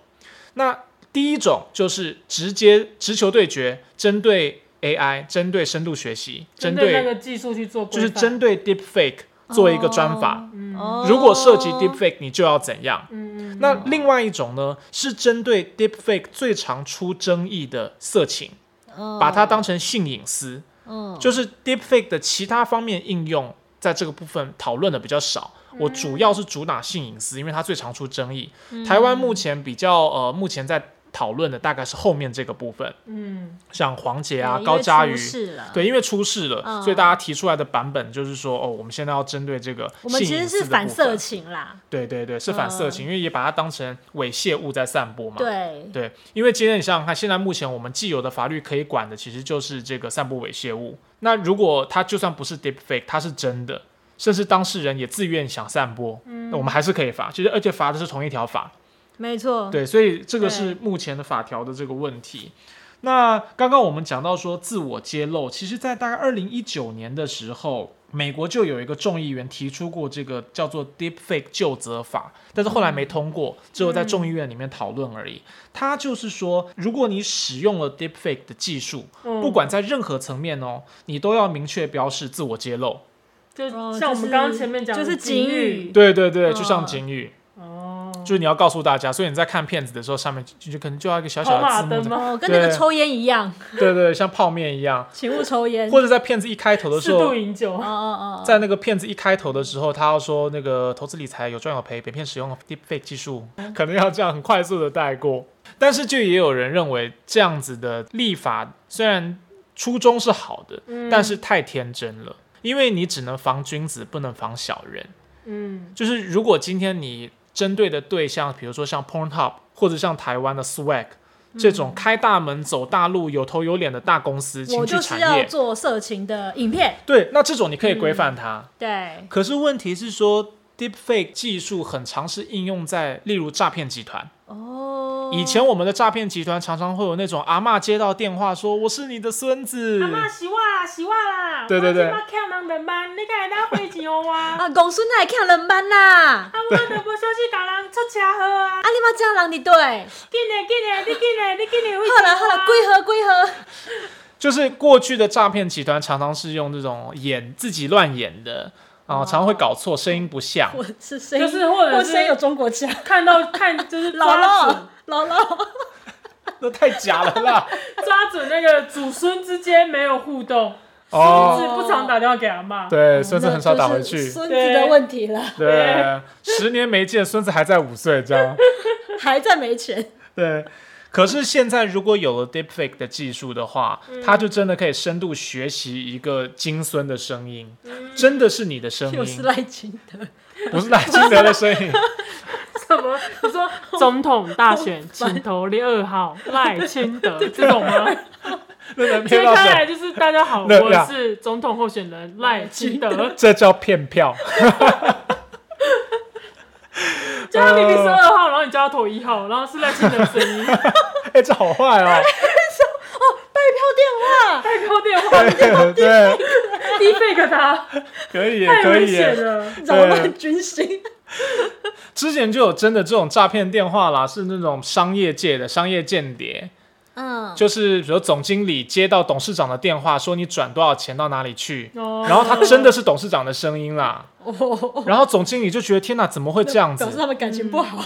Speaker 2: 那第一种就是直接直球对决，针对 AI，针对深度学习，针
Speaker 3: 针对那
Speaker 2: 对
Speaker 3: 个技术去做规
Speaker 2: 就
Speaker 3: 范，嗯
Speaker 2: 是针对 Deepfake 做一个专法。
Speaker 4: 哦
Speaker 2: 如果涉及 deepfake，你就要怎样？
Speaker 3: 嗯，嗯
Speaker 2: 那另外一种呢，是针对 deepfake 最常出争议的色情，
Speaker 4: 哦
Speaker 2: 把它当成性隐私，
Speaker 4: 嗯
Speaker 2: 就是 deepfake 的其他方面应用，在这个部分讨论的比较少。
Speaker 4: 嗯
Speaker 2: 我主要是主打性隐私，因为它最常出争议。
Speaker 4: 嗯
Speaker 2: 台湾目前比较呃，目前在讨论的大概是后面这个部分，
Speaker 3: 嗯，
Speaker 2: 像黄杰啊、
Speaker 4: 对
Speaker 2: 高嘉瑜
Speaker 4: 因为出。事了，
Speaker 2: 对，因为出事了，
Speaker 4: 啊嗯
Speaker 2: 所以大家提出来的版本就是说，哦，我们现在要针对这个
Speaker 4: 我们
Speaker 2: 性
Speaker 4: 其实
Speaker 2: 隐私
Speaker 4: 是
Speaker 2: 的
Speaker 4: 反
Speaker 2: 部分
Speaker 4: 色情啦，
Speaker 2: 对对对，是反色情，因为也把它当成猥亵物在散播嘛。
Speaker 4: 对，
Speaker 2: 对因为今天你想想看，现在目前我们既有的法律可以管的，其实就是这个散播猥亵物。那如果它就算不是 deepfake，它是真的，甚至当事人也自愿想散播，
Speaker 4: 嗯
Speaker 2: 那我们还是可以罚。其实而且罚的是同一条法。
Speaker 4: 没错，
Speaker 2: 对，所以这个
Speaker 4: 哦对
Speaker 2: 是目前的法条的这个问题。那刚刚我们讲到说自我揭露，其实，在大概二零一九年的时候，美国就有一个众议员提出过这个叫做 Deepfake 就责法，但是后来没通过，只有在众议院里面讨论而已。他就是说，如果你使用了 Deepfake 的技术，
Speaker 3: 嗯
Speaker 2: 不管在任何层面哦，你都要明确标示自我揭露。
Speaker 3: 就
Speaker 4: 哦
Speaker 3: 像
Speaker 4: 就
Speaker 3: 我
Speaker 4: 是
Speaker 3: 们刚刚前面讲的，
Speaker 4: 就是警语
Speaker 2: 对对对，
Speaker 4: 嗯
Speaker 2: 就像警语，
Speaker 3: 哦，
Speaker 2: 就是你要告诉大家，所以你在看片子的时候，上面就就可能就要一个小小
Speaker 3: 跑
Speaker 2: 的字
Speaker 3: 马
Speaker 2: 幕
Speaker 3: 灯
Speaker 2: 在，
Speaker 3: 吗？
Speaker 4: 哦，跟那个
Speaker 2: 对
Speaker 4: 抽烟一样，
Speaker 2: 对对，像泡面一样，
Speaker 4: 请勿抽烟。
Speaker 2: 或者在片子一开头的
Speaker 3: 四
Speaker 2: 时候
Speaker 3: 度，饮酒
Speaker 4: 哦，哦哦，
Speaker 2: 在那个片子一开头的时候，他要说那个投资理财有赚有赔，本片使用 deepfake 技术，
Speaker 4: 嗯
Speaker 2: 可能要这样很快速的带过。但是就也有人认为这样子的立法虽然初衷是好的，
Speaker 3: 嗯
Speaker 2: 但是太天真了，因为你只能防君子，不能防小人。
Speaker 3: 嗯，
Speaker 2: 就是如果今天你针对的对象，比如说像 Pornhub 或者像台湾的 Swag
Speaker 4: 嗯
Speaker 2: 这种开大门走大路、有头有脸的大公司情
Speaker 4: 我
Speaker 2: 趣
Speaker 4: 就是
Speaker 2: 产
Speaker 4: 要
Speaker 2: 业，
Speaker 4: 做色情的影片，
Speaker 2: 对，那这种你可以规
Speaker 4: 嗯
Speaker 2: 范它。
Speaker 4: 对，
Speaker 2: 可是问题是说，deepfake 技术很常是应用在例如诈骗集团。
Speaker 4: 哦，
Speaker 2: 以前我们的诈骗集团常常会有那种阿嬷接到电话说：“我是你的孙子。
Speaker 3: 阿妈洗袜啦，洗袜啦，
Speaker 2: 对对对
Speaker 3: 我欠人两万，你敢会当赔钱
Speaker 2: [LAUGHS]
Speaker 3: 我啊？啊，
Speaker 4: 啊，公孙来看人班啦，啊，
Speaker 3: 我都无小心把人出车
Speaker 2: [LAUGHS]
Speaker 3: 祸啊！
Speaker 4: 你妈这样人你对，好
Speaker 3: 紧嘞，紧嘞，你紧嘞，你紧嘞，啊
Speaker 4: 了好了，归合归合，
Speaker 2: 就是过去的诈骗集团常常是用这种演自己乱演的，然后常常会搞错，声音不像。
Speaker 4: [LAUGHS] 我是声音，
Speaker 3: 就是或者是
Speaker 4: 我声音有中国
Speaker 3: [LAUGHS]
Speaker 4: 腔，
Speaker 3: 看到看就是
Speaker 4: 姥
Speaker 3: 抓
Speaker 4: 姥
Speaker 3: 准
Speaker 4: 姥姥，
Speaker 2: [LAUGHS] 那太假了
Speaker 4: [LAUGHS]
Speaker 2: 啦！
Speaker 3: 抓准那个祖孙之间没有互动，
Speaker 2: 哦，
Speaker 3: 是不常打电话给阿妈。
Speaker 2: 对，孙子很少打回
Speaker 4: 嗯那就
Speaker 2: 去
Speaker 4: 是。孙子的问题了，
Speaker 2: 对，十年没见，孙子还在五岁，这样。
Speaker 4: 还在没钱，
Speaker 2: 对。可是现在如果有了 deepfake 的技术的话，
Speaker 3: 嗯
Speaker 2: 它就真的可以深度学习一个金孙的声音，
Speaker 3: 嗯
Speaker 2: 真的是你的声
Speaker 4: 又是
Speaker 2: 音，
Speaker 4: 赖清德，
Speaker 2: 不是赖清德的声
Speaker 3: [LAUGHS]
Speaker 2: 音。
Speaker 3: 什么？你说总统大选，请投列二号赖
Speaker 2: [LAUGHS]
Speaker 3: 清德这种吗？
Speaker 2: 那能骗
Speaker 3: 接
Speaker 2: 到
Speaker 3: 下来
Speaker 2: 谁？
Speaker 3: 就是大家好，
Speaker 2: 那
Speaker 3: 我是总统候选人赖清德，
Speaker 2: 这叫骗票。
Speaker 3: 就他明明是二号，然后你叫他投一号，然后是赖清德的
Speaker 2: [LAUGHS]
Speaker 3: 声音，
Speaker 2: 哎、这好坏哦。
Speaker 4: 拜票电话，
Speaker 3: 太扣电
Speaker 2: 对
Speaker 3: 话，
Speaker 2: 对，
Speaker 3: 低 fake 他，
Speaker 2: 可以
Speaker 3: 太
Speaker 2: 可
Speaker 3: 危
Speaker 2: 以。
Speaker 3: 险了。
Speaker 4: 扰乱军心，
Speaker 2: 之前就有真的这种诈骗电话啦，是那种商业界的商业间谍，
Speaker 4: 嗯，
Speaker 2: 就是比如总经理接到董事长的电话，说你转多少钱到哪里去，
Speaker 3: 哦
Speaker 2: 然后他真的是董事长的声音啦，然后总经理就觉得天哪，怎么会这样 [LAUGHS]
Speaker 4: 表示
Speaker 2: 子？
Speaker 4: 他们感情不好，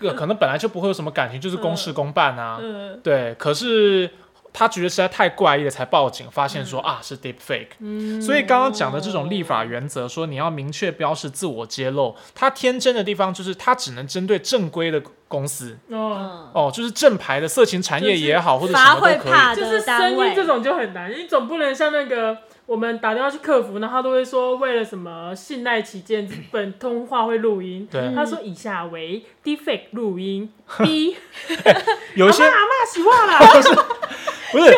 Speaker 2: 呃可能本来就不会有什么感情，就是公事公办啊。
Speaker 4: 嗯，
Speaker 2: 对，可是他觉得实在太怪异了，才报警，发现说啊是 deep fake。
Speaker 3: 嗯
Speaker 2: 所以刚刚讲的这种立法原则，说你要明确标示自我揭露，它天真的地方就是它只能针对正规的公司
Speaker 3: 哦，
Speaker 2: 哦，就是正牌的色情产业也好，或者什
Speaker 4: 罚
Speaker 2: 么都
Speaker 4: 会
Speaker 2: 可以。
Speaker 4: 怕
Speaker 3: 就是
Speaker 4: 啊的
Speaker 3: 声
Speaker 4: 单
Speaker 3: 音
Speaker 4: 位
Speaker 3: 这，嗯种就很难，你总不能像那个我们打电话去客服，然后他都会说为了什么信赖起见，本通话会录音。
Speaker 2: 对，
Speaker 3: 他说以下为 defect
Speaker 2: [LAUGHS]
Speaker 3: 录音 B，
Speaker 2: 有一些
Speaker 3: 阿妈洗
Speaker 2: [LAUGHS]
Speaker 3: 袜啦，
Speaker 2: 不是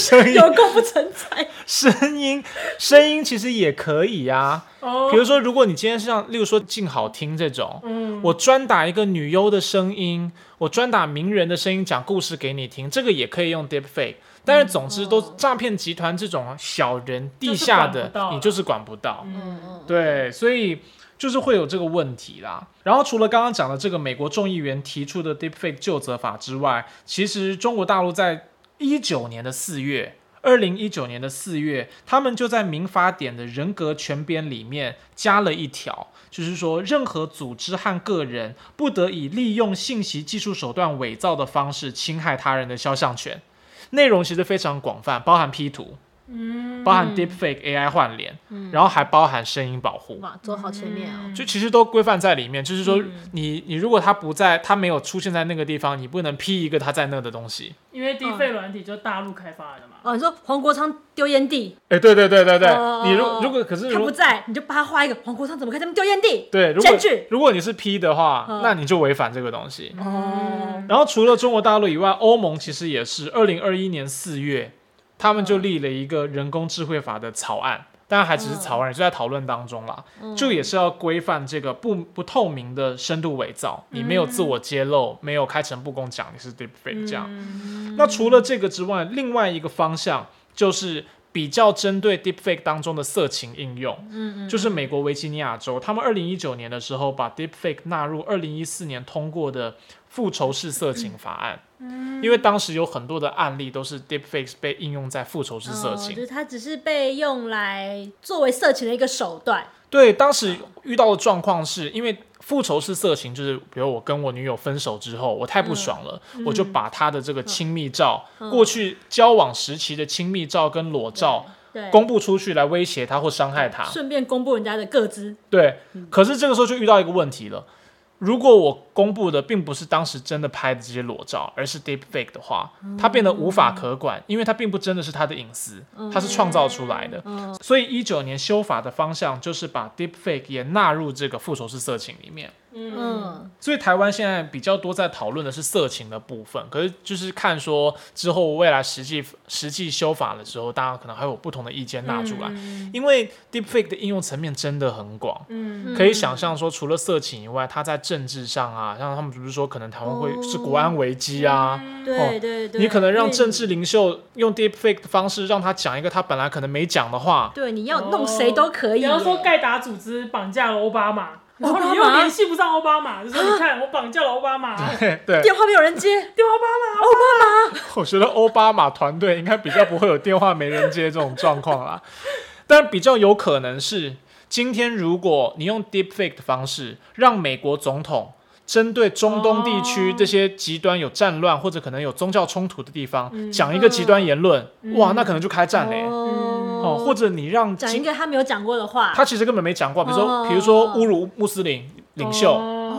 Speaker 2: 声音
Speaker 4: 有够不成才，
Speaker 2: 声音声音其实也可以啊。
Speaker 3: 哦
Speaker 2: 比如说，如果你今天像例如说静好听这种，
Speaker 3: 嗯，
Speaker 2: 我专打一个女优的声音，我专打名人的声音讲故事给你听，这个也可以用 deepfake。但是总之都诈骗集团这种小人地下
Speaker 3: 嗯就
Speaker 2: 的
Speaker 3: 是管不到，啊
Speaker 2: 你就是管不到。
Speaker 3: 嗯，
Speaker 2: 对，所以就是会有这个问题啦。然后除了刚刚讲的这个美国众议员提出的 Deepfake 就责法之外，其实中国大陆在一九年的四月。二零一九年的四月，他们就在民法典的人格权编里面加了一条，就是说，任何组织和个人不得以利用信息技术手段伪造的方式侵害他人的肖像权。内容其实非常广泛，包含 P 图，嗯，包含 Deepfake AI 换脸，然后还包含声音保
Speaker 3: 嗯
Speaker 2: 护，
Speaker 4: 哇，走好前面哦，
Speaker 2: 就其实都规范在里面。就是说，你你如果他不在，他没有出现在那个地方，你不能 P 一个他在那的东西。
Speaker 4: 嗯
Speaker 3: 因为 defect 软体就大陆开发的嘛，
Speaker 4: 哦，你说黄国昌丢烟蒂，
Speaker 2: 哎，对对对对对，
Speaker 4: 哦
Speaker 2: 你如
Speaker 4: 哦哦
Speaker 2: 如果可是
Speaker 4: 他不
Speaker 2: 如
Speaker 4: 在，你就帮他画一个黄国昌怎么可以这么丢烟蒂？
Speaker 2: 嗯对，如果
Speaker 4: 检举
Speaker 2: 如果你是 P 的话，
Speaker 4: 嗯
Speaker 2: 那你就违反这个东西。
Speaker 3: 嗯
Speaker 4: 哦，
Speaker 2: 然后除了中国大陆以外，欧盟其实也是二零二一年四月，他们就立了一个人工智慧法的草案，当然还只是草案，也就在讨论当中啦。就也是要规范这个不不透明的深度伪造，你没有自我揭露，没有开诚布公讲你是 deepfake 嗯这样。那除了这个之外，另外一个方向就是比较针对 deepfake 当中的色情应用。嗯嗯，就是美国维吉尼亚州，他们二零一九年的时候把 deepfake 纳入二零一四年通过的复仇式色情法案。
Speaker 4: 嗯
Speaker 2: 因为当时有很多的案例都是 deepfake 被应用在复仇式色
Speaker 4: 哦
Speaker 2: 情
Speaker 4: 就。是它只是被用来作为色情的一个手段。
Speaker 2: 对，当时遇到的状况是因为复仇式色情，就是比如我跟我女友分手之后，我太
Speaker 4: 嗯
Speaker 2: 不爽了，我就把她的这个亲密照、过去交往时期的亲密照跟裸照
Speaker 4: 对，
Speaker 2: 公布出去，来威胁她或伤害她。
Speaker 4: 顺便公布人家的个资，
Speaker 2: 对，可是这个时候就遇到一个问题了。如果我公布的并不是当时真的拍的这些裸照，而是 deep fake 的话，它变得无法可管，因为它并不真的是他的隐私，它是创造出来的。所以一九年修法的方向就是把 deep fake 也纳入这个复仇式色情里面。
Speaker 3: 嗯，
Speaker 4: 嗯，
Speaker 2: 所以台湾现在比较多在讨论的是色情的部分，可是就是看说之后未来实际实际修法的时候，大家可能还有不同的意见纳出来，因为 deepfake 的应用层面真的很广。
Speaker 3: 嗯，
Speaker 2: 可以想象说，除了色情以外，它在政治上啊，像他们不是说可能台湾会是国安危机啊，
Speaker 3: 嗯
Speaker 4: 对对对，
Speaker 2: 你可能让
Speaker 4: 因为
Speaker 2: 政治领袖用 deepfake 的方式让他讲一个他本来可能没讲的话，
Speaker 4: 对你要弄谁都可以
Speaker 3: 比
Speaker 4: 耶，
Speaker 3: 方哦说盖达组织绑架了奥巴马，然后
Speaker 4: 奥巴马
Speaker 3: 你又联系不上奥巴马，就说你看我绑架了奥
Speaker 2: [LAUGHS]
Speaker 3: 巴马，对
Speaker 2: 对，
Speaker 4: 电话没有人
Speaker 2: [LAUGHS]
Speaker 4: 接，
Speaker 3: 奥巴
Speaker 2: 我觉得奥巴马团队应该比较不会有电话没人接这种状况啦，但比较有可能是，今天如果你用 deepfake 的方式，让美国总统针对中东地区
Speaker 3: 哦
Speaker 2: 这些极端有战乱或者可能有宗教冲突的地方，
Speaker 4: 嗯
Speaker 2: 讲一个极端言论，哇，那可能就开战嘞、哦，或者你让
Speaker 4: 讲一
Speaker 2: 今
Speaker 4: 个哦他没有讲过的话，
Speaker 2: 他其实根本没讲过，比如说，比如说侮辱穆斯林领袖，
Speaker 3: 马，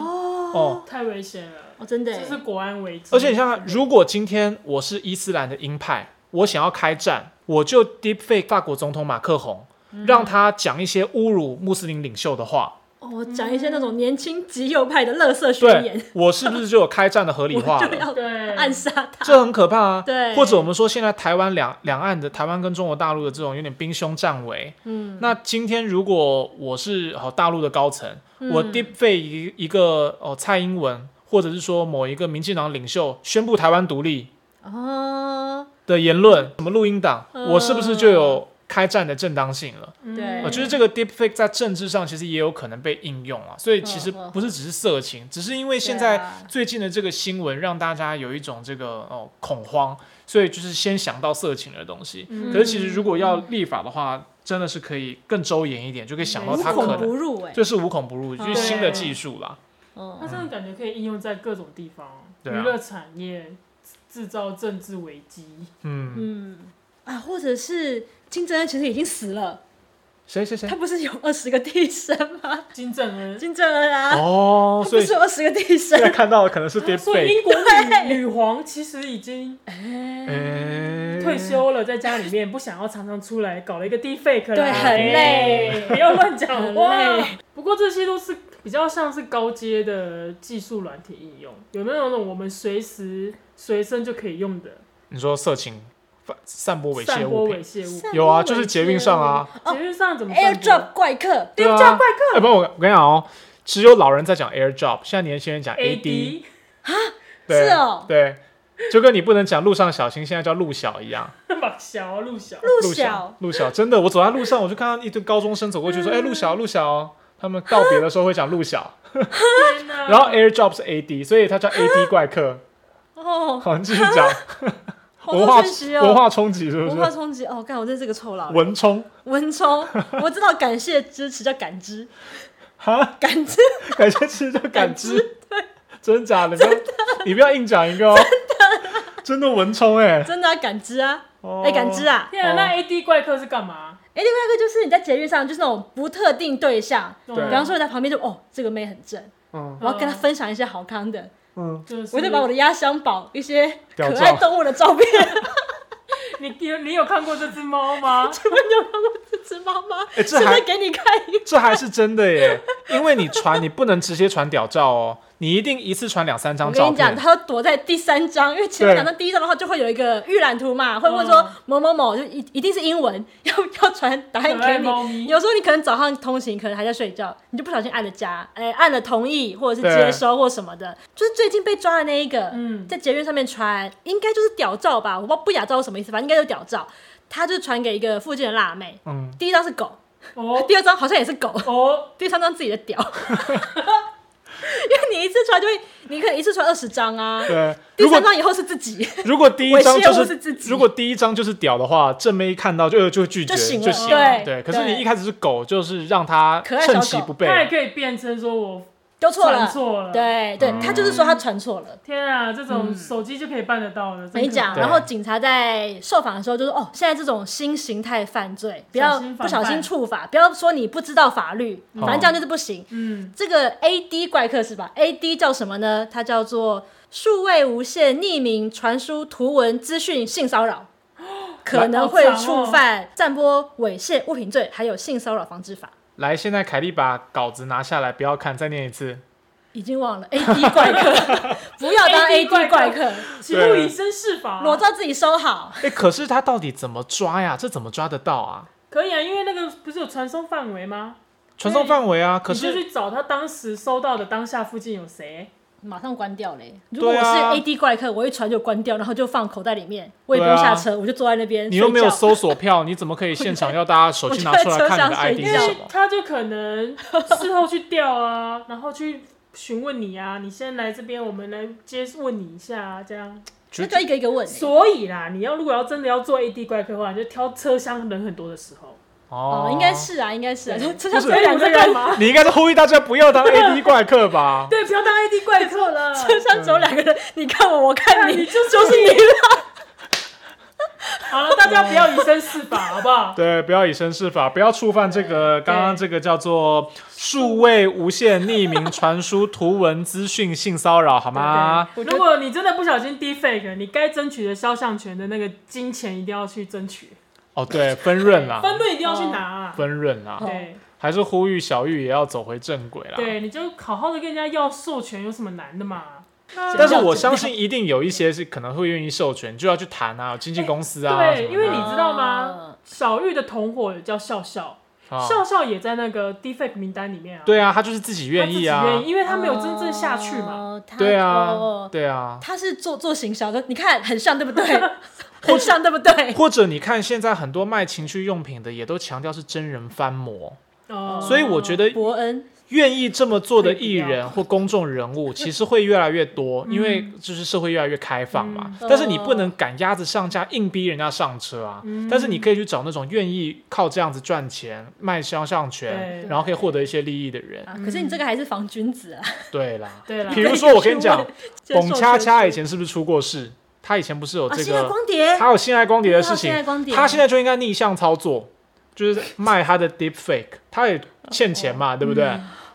Speaker 2: 哦，
Speaker 3: 太危险了，
Speaker 4: 哦，真的耶
Speaker 3: 这，是国安危机，
Speaker 2: 而且你想想，如果今天我是伊斯兰的鹰派，我想要开战，我就 deepfake 法国总统马克宏，
Speaker 4: 嗯
Speaker 2: 让他讲一些侮辱穆斯林领袖的话。
Speaker 4: 哦，讲一些那种年轻极右派的乐色宣
Speaker 2: 对
Speaker 4: 言，，
Speaker 2: 我是不是就有开战的合理
Speaker 4: 我
Speaker 2: 化
Speaker 4: 就
Speaker 2: 了？
Speaker 4: 要
Speaker 3: 对
Speaker 4: 暗杀他，
Speaker 2: 这很可怕啊！
Speaker 4: 对
Speaker 2: 或者我们说现在台湾两两岸的台湾跟中国大陆的这种有点兵凶战危，嗯，那今天如果我是哦大陆的高层，
Speaker 4: 嗯
Speaker 2: 我 deepfake 一一个哦蔡英文，或者是说某一个民进党领袖宣布台湾独立，
Speaker 4: 哦，
Speaker 2: 的言论，什么录音档，
Speaker 4: 嗯
Speaker 2: 我是不是就有开战的正当性了？
Speaker 3: 嗯
Speaker 4: 对
Speaker 2: 我觉哦得这个 deepfake 在政治上其实也有可能被应用啊，所以其实
Speaker 4: 嗯嗯
Speaker 2: 不是只是色情，只是因为现
Speaker 4: 对
Speaker 2: 在
Speaker 4: 啊
Speaker 2: 最近的这个新闻让大家有一种这个哦恐慌，所以就是先想到色情的东西。
Speaker 3: 嗯
Speaker 2: 可是其实如果要立法的话，真的是可以更周延一点，就可以想到
Speaker 4: 啊无
Speaker 2: 它可
Speaker 4: 孔
Speaker 2: 能
Speaker 4: 不入，哎，
Speaker 2: 就是无孔不入，就是新的技术啦。
Speaker 4: 哦
Speaker 3: 它真的感觉可以应用在各种地方，娱
Speaker 2: 对啊
Speaker 3: 乐、产业制造政治危机，
Speaker 2: 嗯，
Speaker 4: 嗯啊，或者是金正恩其实已经死了，
Speaker 2: 谁谁谁
Speaker 4: 他？不是有二十个替身吗？ [LAUGHS]
Speaker 3: 金正恩，
Speaker 4: 金正恩啊，
Speaker 2: 哦，
Speaker 4: 他
Speaker 2: 所
Speaker 4: 不
Speaker 2: 以
Speaker 4: 是
Speaker 2: 现
Speaker 4: 有二十个替身
Speaker 2: 在看到的
Speaker 4: [LAUGHS]
Speaker 2: 可能是
Speaker 3: 所以
Speaker 2: deepfake，
Speaker 3: 英国女女皇其实已经
Speaker 4: 嗯
Speaker 2: 哎
Speaker 3: 退休了，在家里面不想要常常出来，搞了一个 deep fake，
Speaker 4: 对很累
Speaker 3: [LAUGHS] 不要乱讲
Speaker 4: 很
Speaker 3: 话
Speaker 4: 累。
Speaker 3: 不过这些都是比较像是高阶的技术软体应用，有没有那种我们随时随身就可以用的
Speaker 2: 你说色情发散播猥亵
Speaker 3: 散
Speaker 2: 物
Speaker 3: 播
Speaker 2: 品
Speaker 3: 猥，亵物？
Speaker 2: [LAUGHS] 有啊，就是捷运上啊，
Speaker 3: 节日上怎么散播
Speaker 4: 哦，AirDrop 哎怪客，
Speaker 2: 对啊，怪客。哎，不，我我跟你讲哦，只有老人在讲 AirDrop，现在年轻人讲 AD，
Speaker 3: AD
Speaker 2: 对啊
Speaker 4: 是哦
Speaker 2: 对，就跟你不能讲路上小心，现在叫路小一样。
Speaker 3: 把小
Speaker 4: [LAUGHS]
Speaker 3: 路小
Speaker 4: 陆
Speaker 2: 路
Speaker 4: 小
Speaker 2: 小，路小，真的，我走在路上，我就看到一堆高中生走过去说：“哎，路小，路小哦。”他们告别的时候会讲路小，
Speaker 3: 天哪
Speaker 2: 然后 AirDrop 是 AD，所以他叫 AD 怪客。
Speaker 4: 哦，
Speaker 2: 好，你继续讲，
Speaker 4: 好
Speaker 2: 文
Speaker 4: 多
Speaker 2: 化
Speaker 4: 讯息
Speaker 2: 文
Speaker 4: 哦。
Speaker 2: 化冲击是不
Speaker 4: 文化
Speaker 2: 是？
Speaker 4: 冲击哦，干！我真是个臭老人。
Speaker 2: 文冲
Speaker 4: 文冲，我知道感谢支持叫感知，
Speaker 2: 哈。
Speaker 4: 感知 [LAUGHS]
Speaker 2: [LAUGHS] 感谢吃就感知，真假的？你不要你不要硬讲一个哦，真的，文冲哎，
Speaker 4: 真的要感知啊！
Speaker 2: 哦
Speaker 4: 哎，感知，啊！
Speaker 3: 天
Speaker 2: 哦
Speaker 3: 啊，那 AD 怪客是干嘛？
Speaker 4: 哎，另外一个就是你在节育上，就是那种不特定对象，
Speaker 3: 对
Speaker 4: 比方说你在旁边就哦，这个妹很正，
Speaker 2: 嗯
Speaker 4: 我要跟她分享一些好康的，
Speaker 2: 嗯，
Speaker 3: 啊就是
Speaker 4: 我就把我的压箱宝一些可
Speaker 2: 屌
Speaker 4: 爱
Speaker 2: 照
Speaker 4: 动物的照片， [LAUGHS]
Speaker 3: 你你有你有看过这只猫
Speaker 4: [LAUGHS]
Speaker 3: 吗？
Speaker 4: 请问你有看过这只猫吗？
Speaker 2: 哎这
Speaker 4: 现
Speaker 2: 还
Speaker 4: 在给你看一个。
Speaker 2: 这还是真的耶，因为你传你不能直接传屌照哦，你一定一次传两三张
Speaker 4: 我跟
Speaker 2: 照
Speaker 4: 你讲，
Speaker 2: 片。
Speaker 4: 他躲在第三张，因为前面两张、第一张的话就会有一个预览图嘛，会问说
Speaker 2: 哦
Speaker 3: 嗯
Speaker 4: 某某某，就一一定是英文，要要传答案
Speaker 3: 可爱
Speaker 4: 给
Speaker 3: 猫
Speaker 4: 你。
Speaker 3: 咪，哦
Speaker 4: 有时候你可能早上通勤，可能还在睡觉，你就不小心按了加，哎、按了同意或者是
Speaker 2: 对
Speaker 4: 接收或什么的，就是最近被抓的那一个，
Speaker 3: 嗯
Speaker 4: 在捷运上面传，应该就是屌照吧，我不知道不雅照是什么意思，反正应该就是屌照。他就传给一个附近的辣妹，
Speaker 2: 嗯，
Speaker 4: 第一张是狗，
Speaker 3: 哦
Speaker 4: 第二张好像也是狗，
Speaker 3: 哦，
Speaker 4: 第三张自己的屌， [LAUGHS] 因为你一次传就会，你可能一次传二十张啊，
Speaker 2: 对。
Speaker 4: 第
Speaker 2: 如果
Speaker 4: 三张以后是自己，
Speaker 2: 如果第一张就
Speaker 4: 猥亵物
Speaker 2: 是
Speaker 4: 是自己
Speaker 2: 如果第一张就是屌的话，正妹一看到就呃就会拒绝
Speaker 4: 就行了对
Speaker 2: 了。对，可是
Speaker 4: 对
Speaker 2: 你一开始是狗，就是让它
Speaker 4: 可爱小
Speaker 2: 趁其
Speaker 4: 狗
Speaker 2: 不备。
Speaker 3: 他也可以变成说我
Speaker 4: 丢错了，
Speaker 3: 传错了
Speaker 4: 对对，
Speaker 2: 嗯
Speaker 4: 他就是说他传错了。
Speaker 3: 天啊，这种手机就可以办得到的，真可怕
Speaker 4: 没嗯讲，
Speaker 2: 对
Speaker 4: 然后警察在受访的时候就说：“哦，现在这种新形态犯罪，不要
Speaker 3: 小心防范哦
Speaker 4: 不小心触法，不要说你不知道法律，
Speaker 2: 嗯
Speaker 4: 反正这样就是不行。
Speaker 3: 嗯，
Speaker 4: 这个 A D 怪客是吧？A D 叫什么呢？它叫做数位无限匿名传输图文资讯性骚
Speaker 3: [GASPS]
Speaker 4: 扰，可能会触犯散播猥亵物品罪，还有性骚扰防治法。
Speaker 2: 来，现在凯莉把稿子拿下来，不要看，再念一次。
Speaker 4: 已经忘了 A D 怪
Speaker 3: [LAUGHS]
Speaker 4: 客，不要当 A
Speaker 3: AD
Speaker 4: D
Speaker 3: 怪客
Speaker 4: 怪客，
Speaker 3: 请勿以身试法，啊
Speaker 4: 裸照自己收好。
Speaker 2: 哎，可是他到底怎么抓呀？这怎么抓得到啊？
Speaker 3: 可以啊，因为那个不是有传送范围吗？
Speaker 2: 传送范围啊，可
Speaker 3: 你就是去找他当时收到的当下附近有谁，
Speaker 4: 马上关掉嘞！如果
Speaker 2: 对
Speaker 4: 我是
Speaker 2: 啊
Speaker 4: AD 怪客，我一传就关掉，然后就放口袋里面，我也不用
Speaker 2: 对啊
Speaker 4: 下车，我就坐在那边。
Speaker 2: 你又没有
Speaker 4: 睡觉
Speaker 2: 搜索票， [LAUGHS] 你怎么可以现场要大家手机拿出来看你的 ID
Speaker 4: 因
Speaker 2: 是
Speaker 4: 为
Speaker 2: 什
Speaker 3: 对
Speaker 2: 么？
Speaker 3: 他就可能事后去调啊， [LAUGHS] 然后去询问你啊，你先来这边，我们来接问你一下啊，这样。
Speaker 2: 觉
Speaker 4: 那
Speaker 2: 得
Speaker 4: 就一个一个问欸、
Speaker 3: 所以啦，你要如果要真的要做 AD 怪客的话，你就挑车厢人很多的时候。
Speaker 4: 哦，应该。是啊，应该是啊，
Speaker 3: 对
Speaker 4: 车上只
Speaker 2: 不
Speaker 4: 有
Speaker 2: 是
Speaker 4: 两个人，
Speaker 3: 嘛？
Speaker 2: 你应该是呼吁大家不
Speaker 3: [LAUGHS]
Speaker 2: 要当 AD 怪客吧？
Speaker 3: 对，不要当 AD 怪客了。
Speaker 4: 车上只有两个人，你看我，我看
Speaker 3: 你
Speaker 4: 你，
Speaker 3: [LAUGHS] 就
Speaker 4: 就是你
Speaker 3: 好了，大家不要以身试法，好不好？
Speaker 2: 对，不要以身试法，不要触犯这个刚刚这个叫做数位无限匿名传输图文资讯性骚扰，好吗？
Speaker 3: 对如果你真的不小心 defake，你该争取的肖像权的那个金钱一定要去争取，
Speaker 2: 哦，对，分润啦，
Speaker 3: 分论一定要去拿、啊。
Speaker 2: 分润啦，
Speaker 3: 对
Speaker 2: 还是呼吁小玉也要走回正轨啦。
Speaker 3: 对，你就好好的跟人家要授权，有什么难的嘛？
Speaker 2: 但是我相信一定有一些是可能会愿意授权，就要去谈啊，有经纪公司啊，
Speaker 3: 哎对
Speaker 2: 什么的
Speaker 3: 因为你知道吗
Speaker 4: 哦？
Speaker 3: 小玉的同伙也叫笑笑，
Speaker 2: 啊
Speaker 3: 笑笑也在那个 defect 名单里面啊。
Speaker 2: 对啊，他就是自己愿意啊
Speaker 3: 他，自己愿意，因为他没有真正下去嘛。
Speaker 4: 哦，他
Speaker 2: 对
Speaker 4: 哦
Speaker 2: 啊，对啊。
Speaker 4: 他是做做行销的，你看很像对不对？很像对不
Speaker 3: 哎
Speaker 4: 对？
Speaker 2: 或者你看，现在很多卖情趣用品的也都强调是真人翻模，
Speaker 3: 哦，
Speaker 2: 所以我觉得
Speaker 4: 伯恩
Speaker 2: 愿意这么做的艺
Speaker 3: 可以不
Speaker 2: 人或公众人物，其实会越来越多，因为
Speaker 3: 嗯
Speaker 2: 就是社会越来越开放嘛。
Speaker 4: 嗯
Speaker 2: 但是
Speaker 3: 哦
Speaker 2: 你不能赶鸭子上架，硬逼人家上车啊。
Speaker 3: 嗯
Speaker 2: 但是你可以去找那种愿意靠这样子赚钱、卖肖像权，
Speaker 3: 对
Speaker 2: 然后可以获得一些利益的
Speaker 4: [LAUGHS]
Speaker 2: 人。
Speaker 4: 啊，可是你这个还是防君子啊。
Speaker 2: 对啦，
Speaker 3: 对啦
Speaker 2: 比如说我跟你讲，
Speaker 4: 接受
Speaker 2: 董恰恰
Speaker 4: 学
Speaker 2: 以前是不是出过事？他以前不是有
Speaker 4: 啊，
Speaker 2: 这
Speaker 4: 现在
Speaker 2: 个，
Speaker 4: 光碟，
Speaker 2: 他有性爱光碟的事
Speaker 4: 现在
Speaker 2: 情，
Speaker 4: 光碟，
Speaker 2: 他现在就应该逆向操作，就是卖他的 deep fake，他也欠钱嘛，对不对？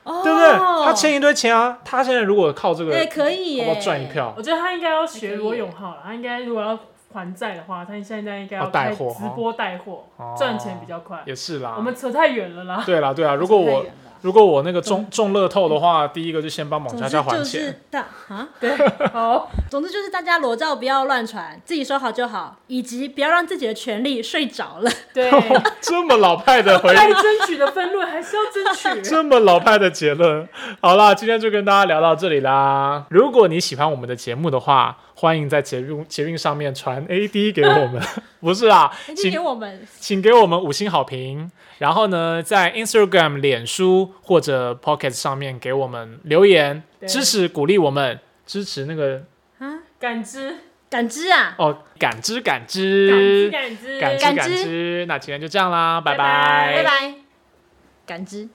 Speaker 4: 哦
Speaker 2: 对不对？他欠一堆钱啊，他现在如果靠这个，
Speaker 4: 哎可以
Speaker 2: 好不
Speaker 4: 耶，
Speaker 2: 好赚一票
Speaker 4: [LAUGHS]
Speaker 3: 我？觉得他应该要学
Speaker 4: 还可以
Speaker 3: 罗永浩了，他应该如果要还债的话，他现在应该
Speaker 2: 哦
Speaker 3: 要
Speaker 2: 带
Speaker 3: 开直
Speaker 2: 货哦
Speaker 3: 播带货
Speaker 2: 哦，
Speaker 3: 赚钱比较快。
Speaker 2: 也是啦
Speaker 3: 我。们扯太远了啦。
Speaker 2: 对啦，
Speaker 4: [LAUGHS]
Speaker 2: 对啦，如果我如果我那个中中乐透的话，第一个就先帮猛
Speaker 4: 总
Speaker 2: 佳
Speaker 4: 之
Speaker 2: 佳还
Speaker 4: 嗯就是
Speaker 2: 钱。
Speaker 4: 大啊，
Speaker 2: 哦
Speaker 3: 好，
Speaker 4: 总之就是大家裸照不要乱传，自己收好就好，以及不要让自己的权利睡着了。
Speaker 2: [LAUGHS]
Speaker 3: 对，
Speaker 2: [LAUGHS] 这么老派的回，
Speaker 3: 该争取的分论还是要争
Speaker 2: [LAUGHS]
Speaker 3: 取。
Speaker 2: 这么老派的结论。好啦，今天就跟大家聊到这里啦。如果你喜欢我们的节目的话，欢迎在捷运捷运上面传 AD 给我们， [LAUGHS] 不是啊，
Speaker 4: [LAUGHS] 今
Speaker 2: 请
Speaker 4: 天我们
Speaker 2: 请给我们五星好评，然后呢，在 Instagram、脸书或者 Pocket 上面给我们留言，
Speaker 3: 对
Speaker 2: 支持鼓励我们，支持那个
Speaker 4: 啊，
Speaker 3: 感知，
Speaker 4: 感知啊，
Speaker 2: 哦，感知感
Speaker 3: 感
Speaker 2: 知
Speaker 3: 知，感知，
Speaker 2: 感
Speaker 4: 感
Speaker 2: 知
Speaker 4: 知
Speaker 2: 感知，那今天就这样啦，拜
Speaker 4: 拜
Speaker 3: 拜
Speaker 4: 拜，感知。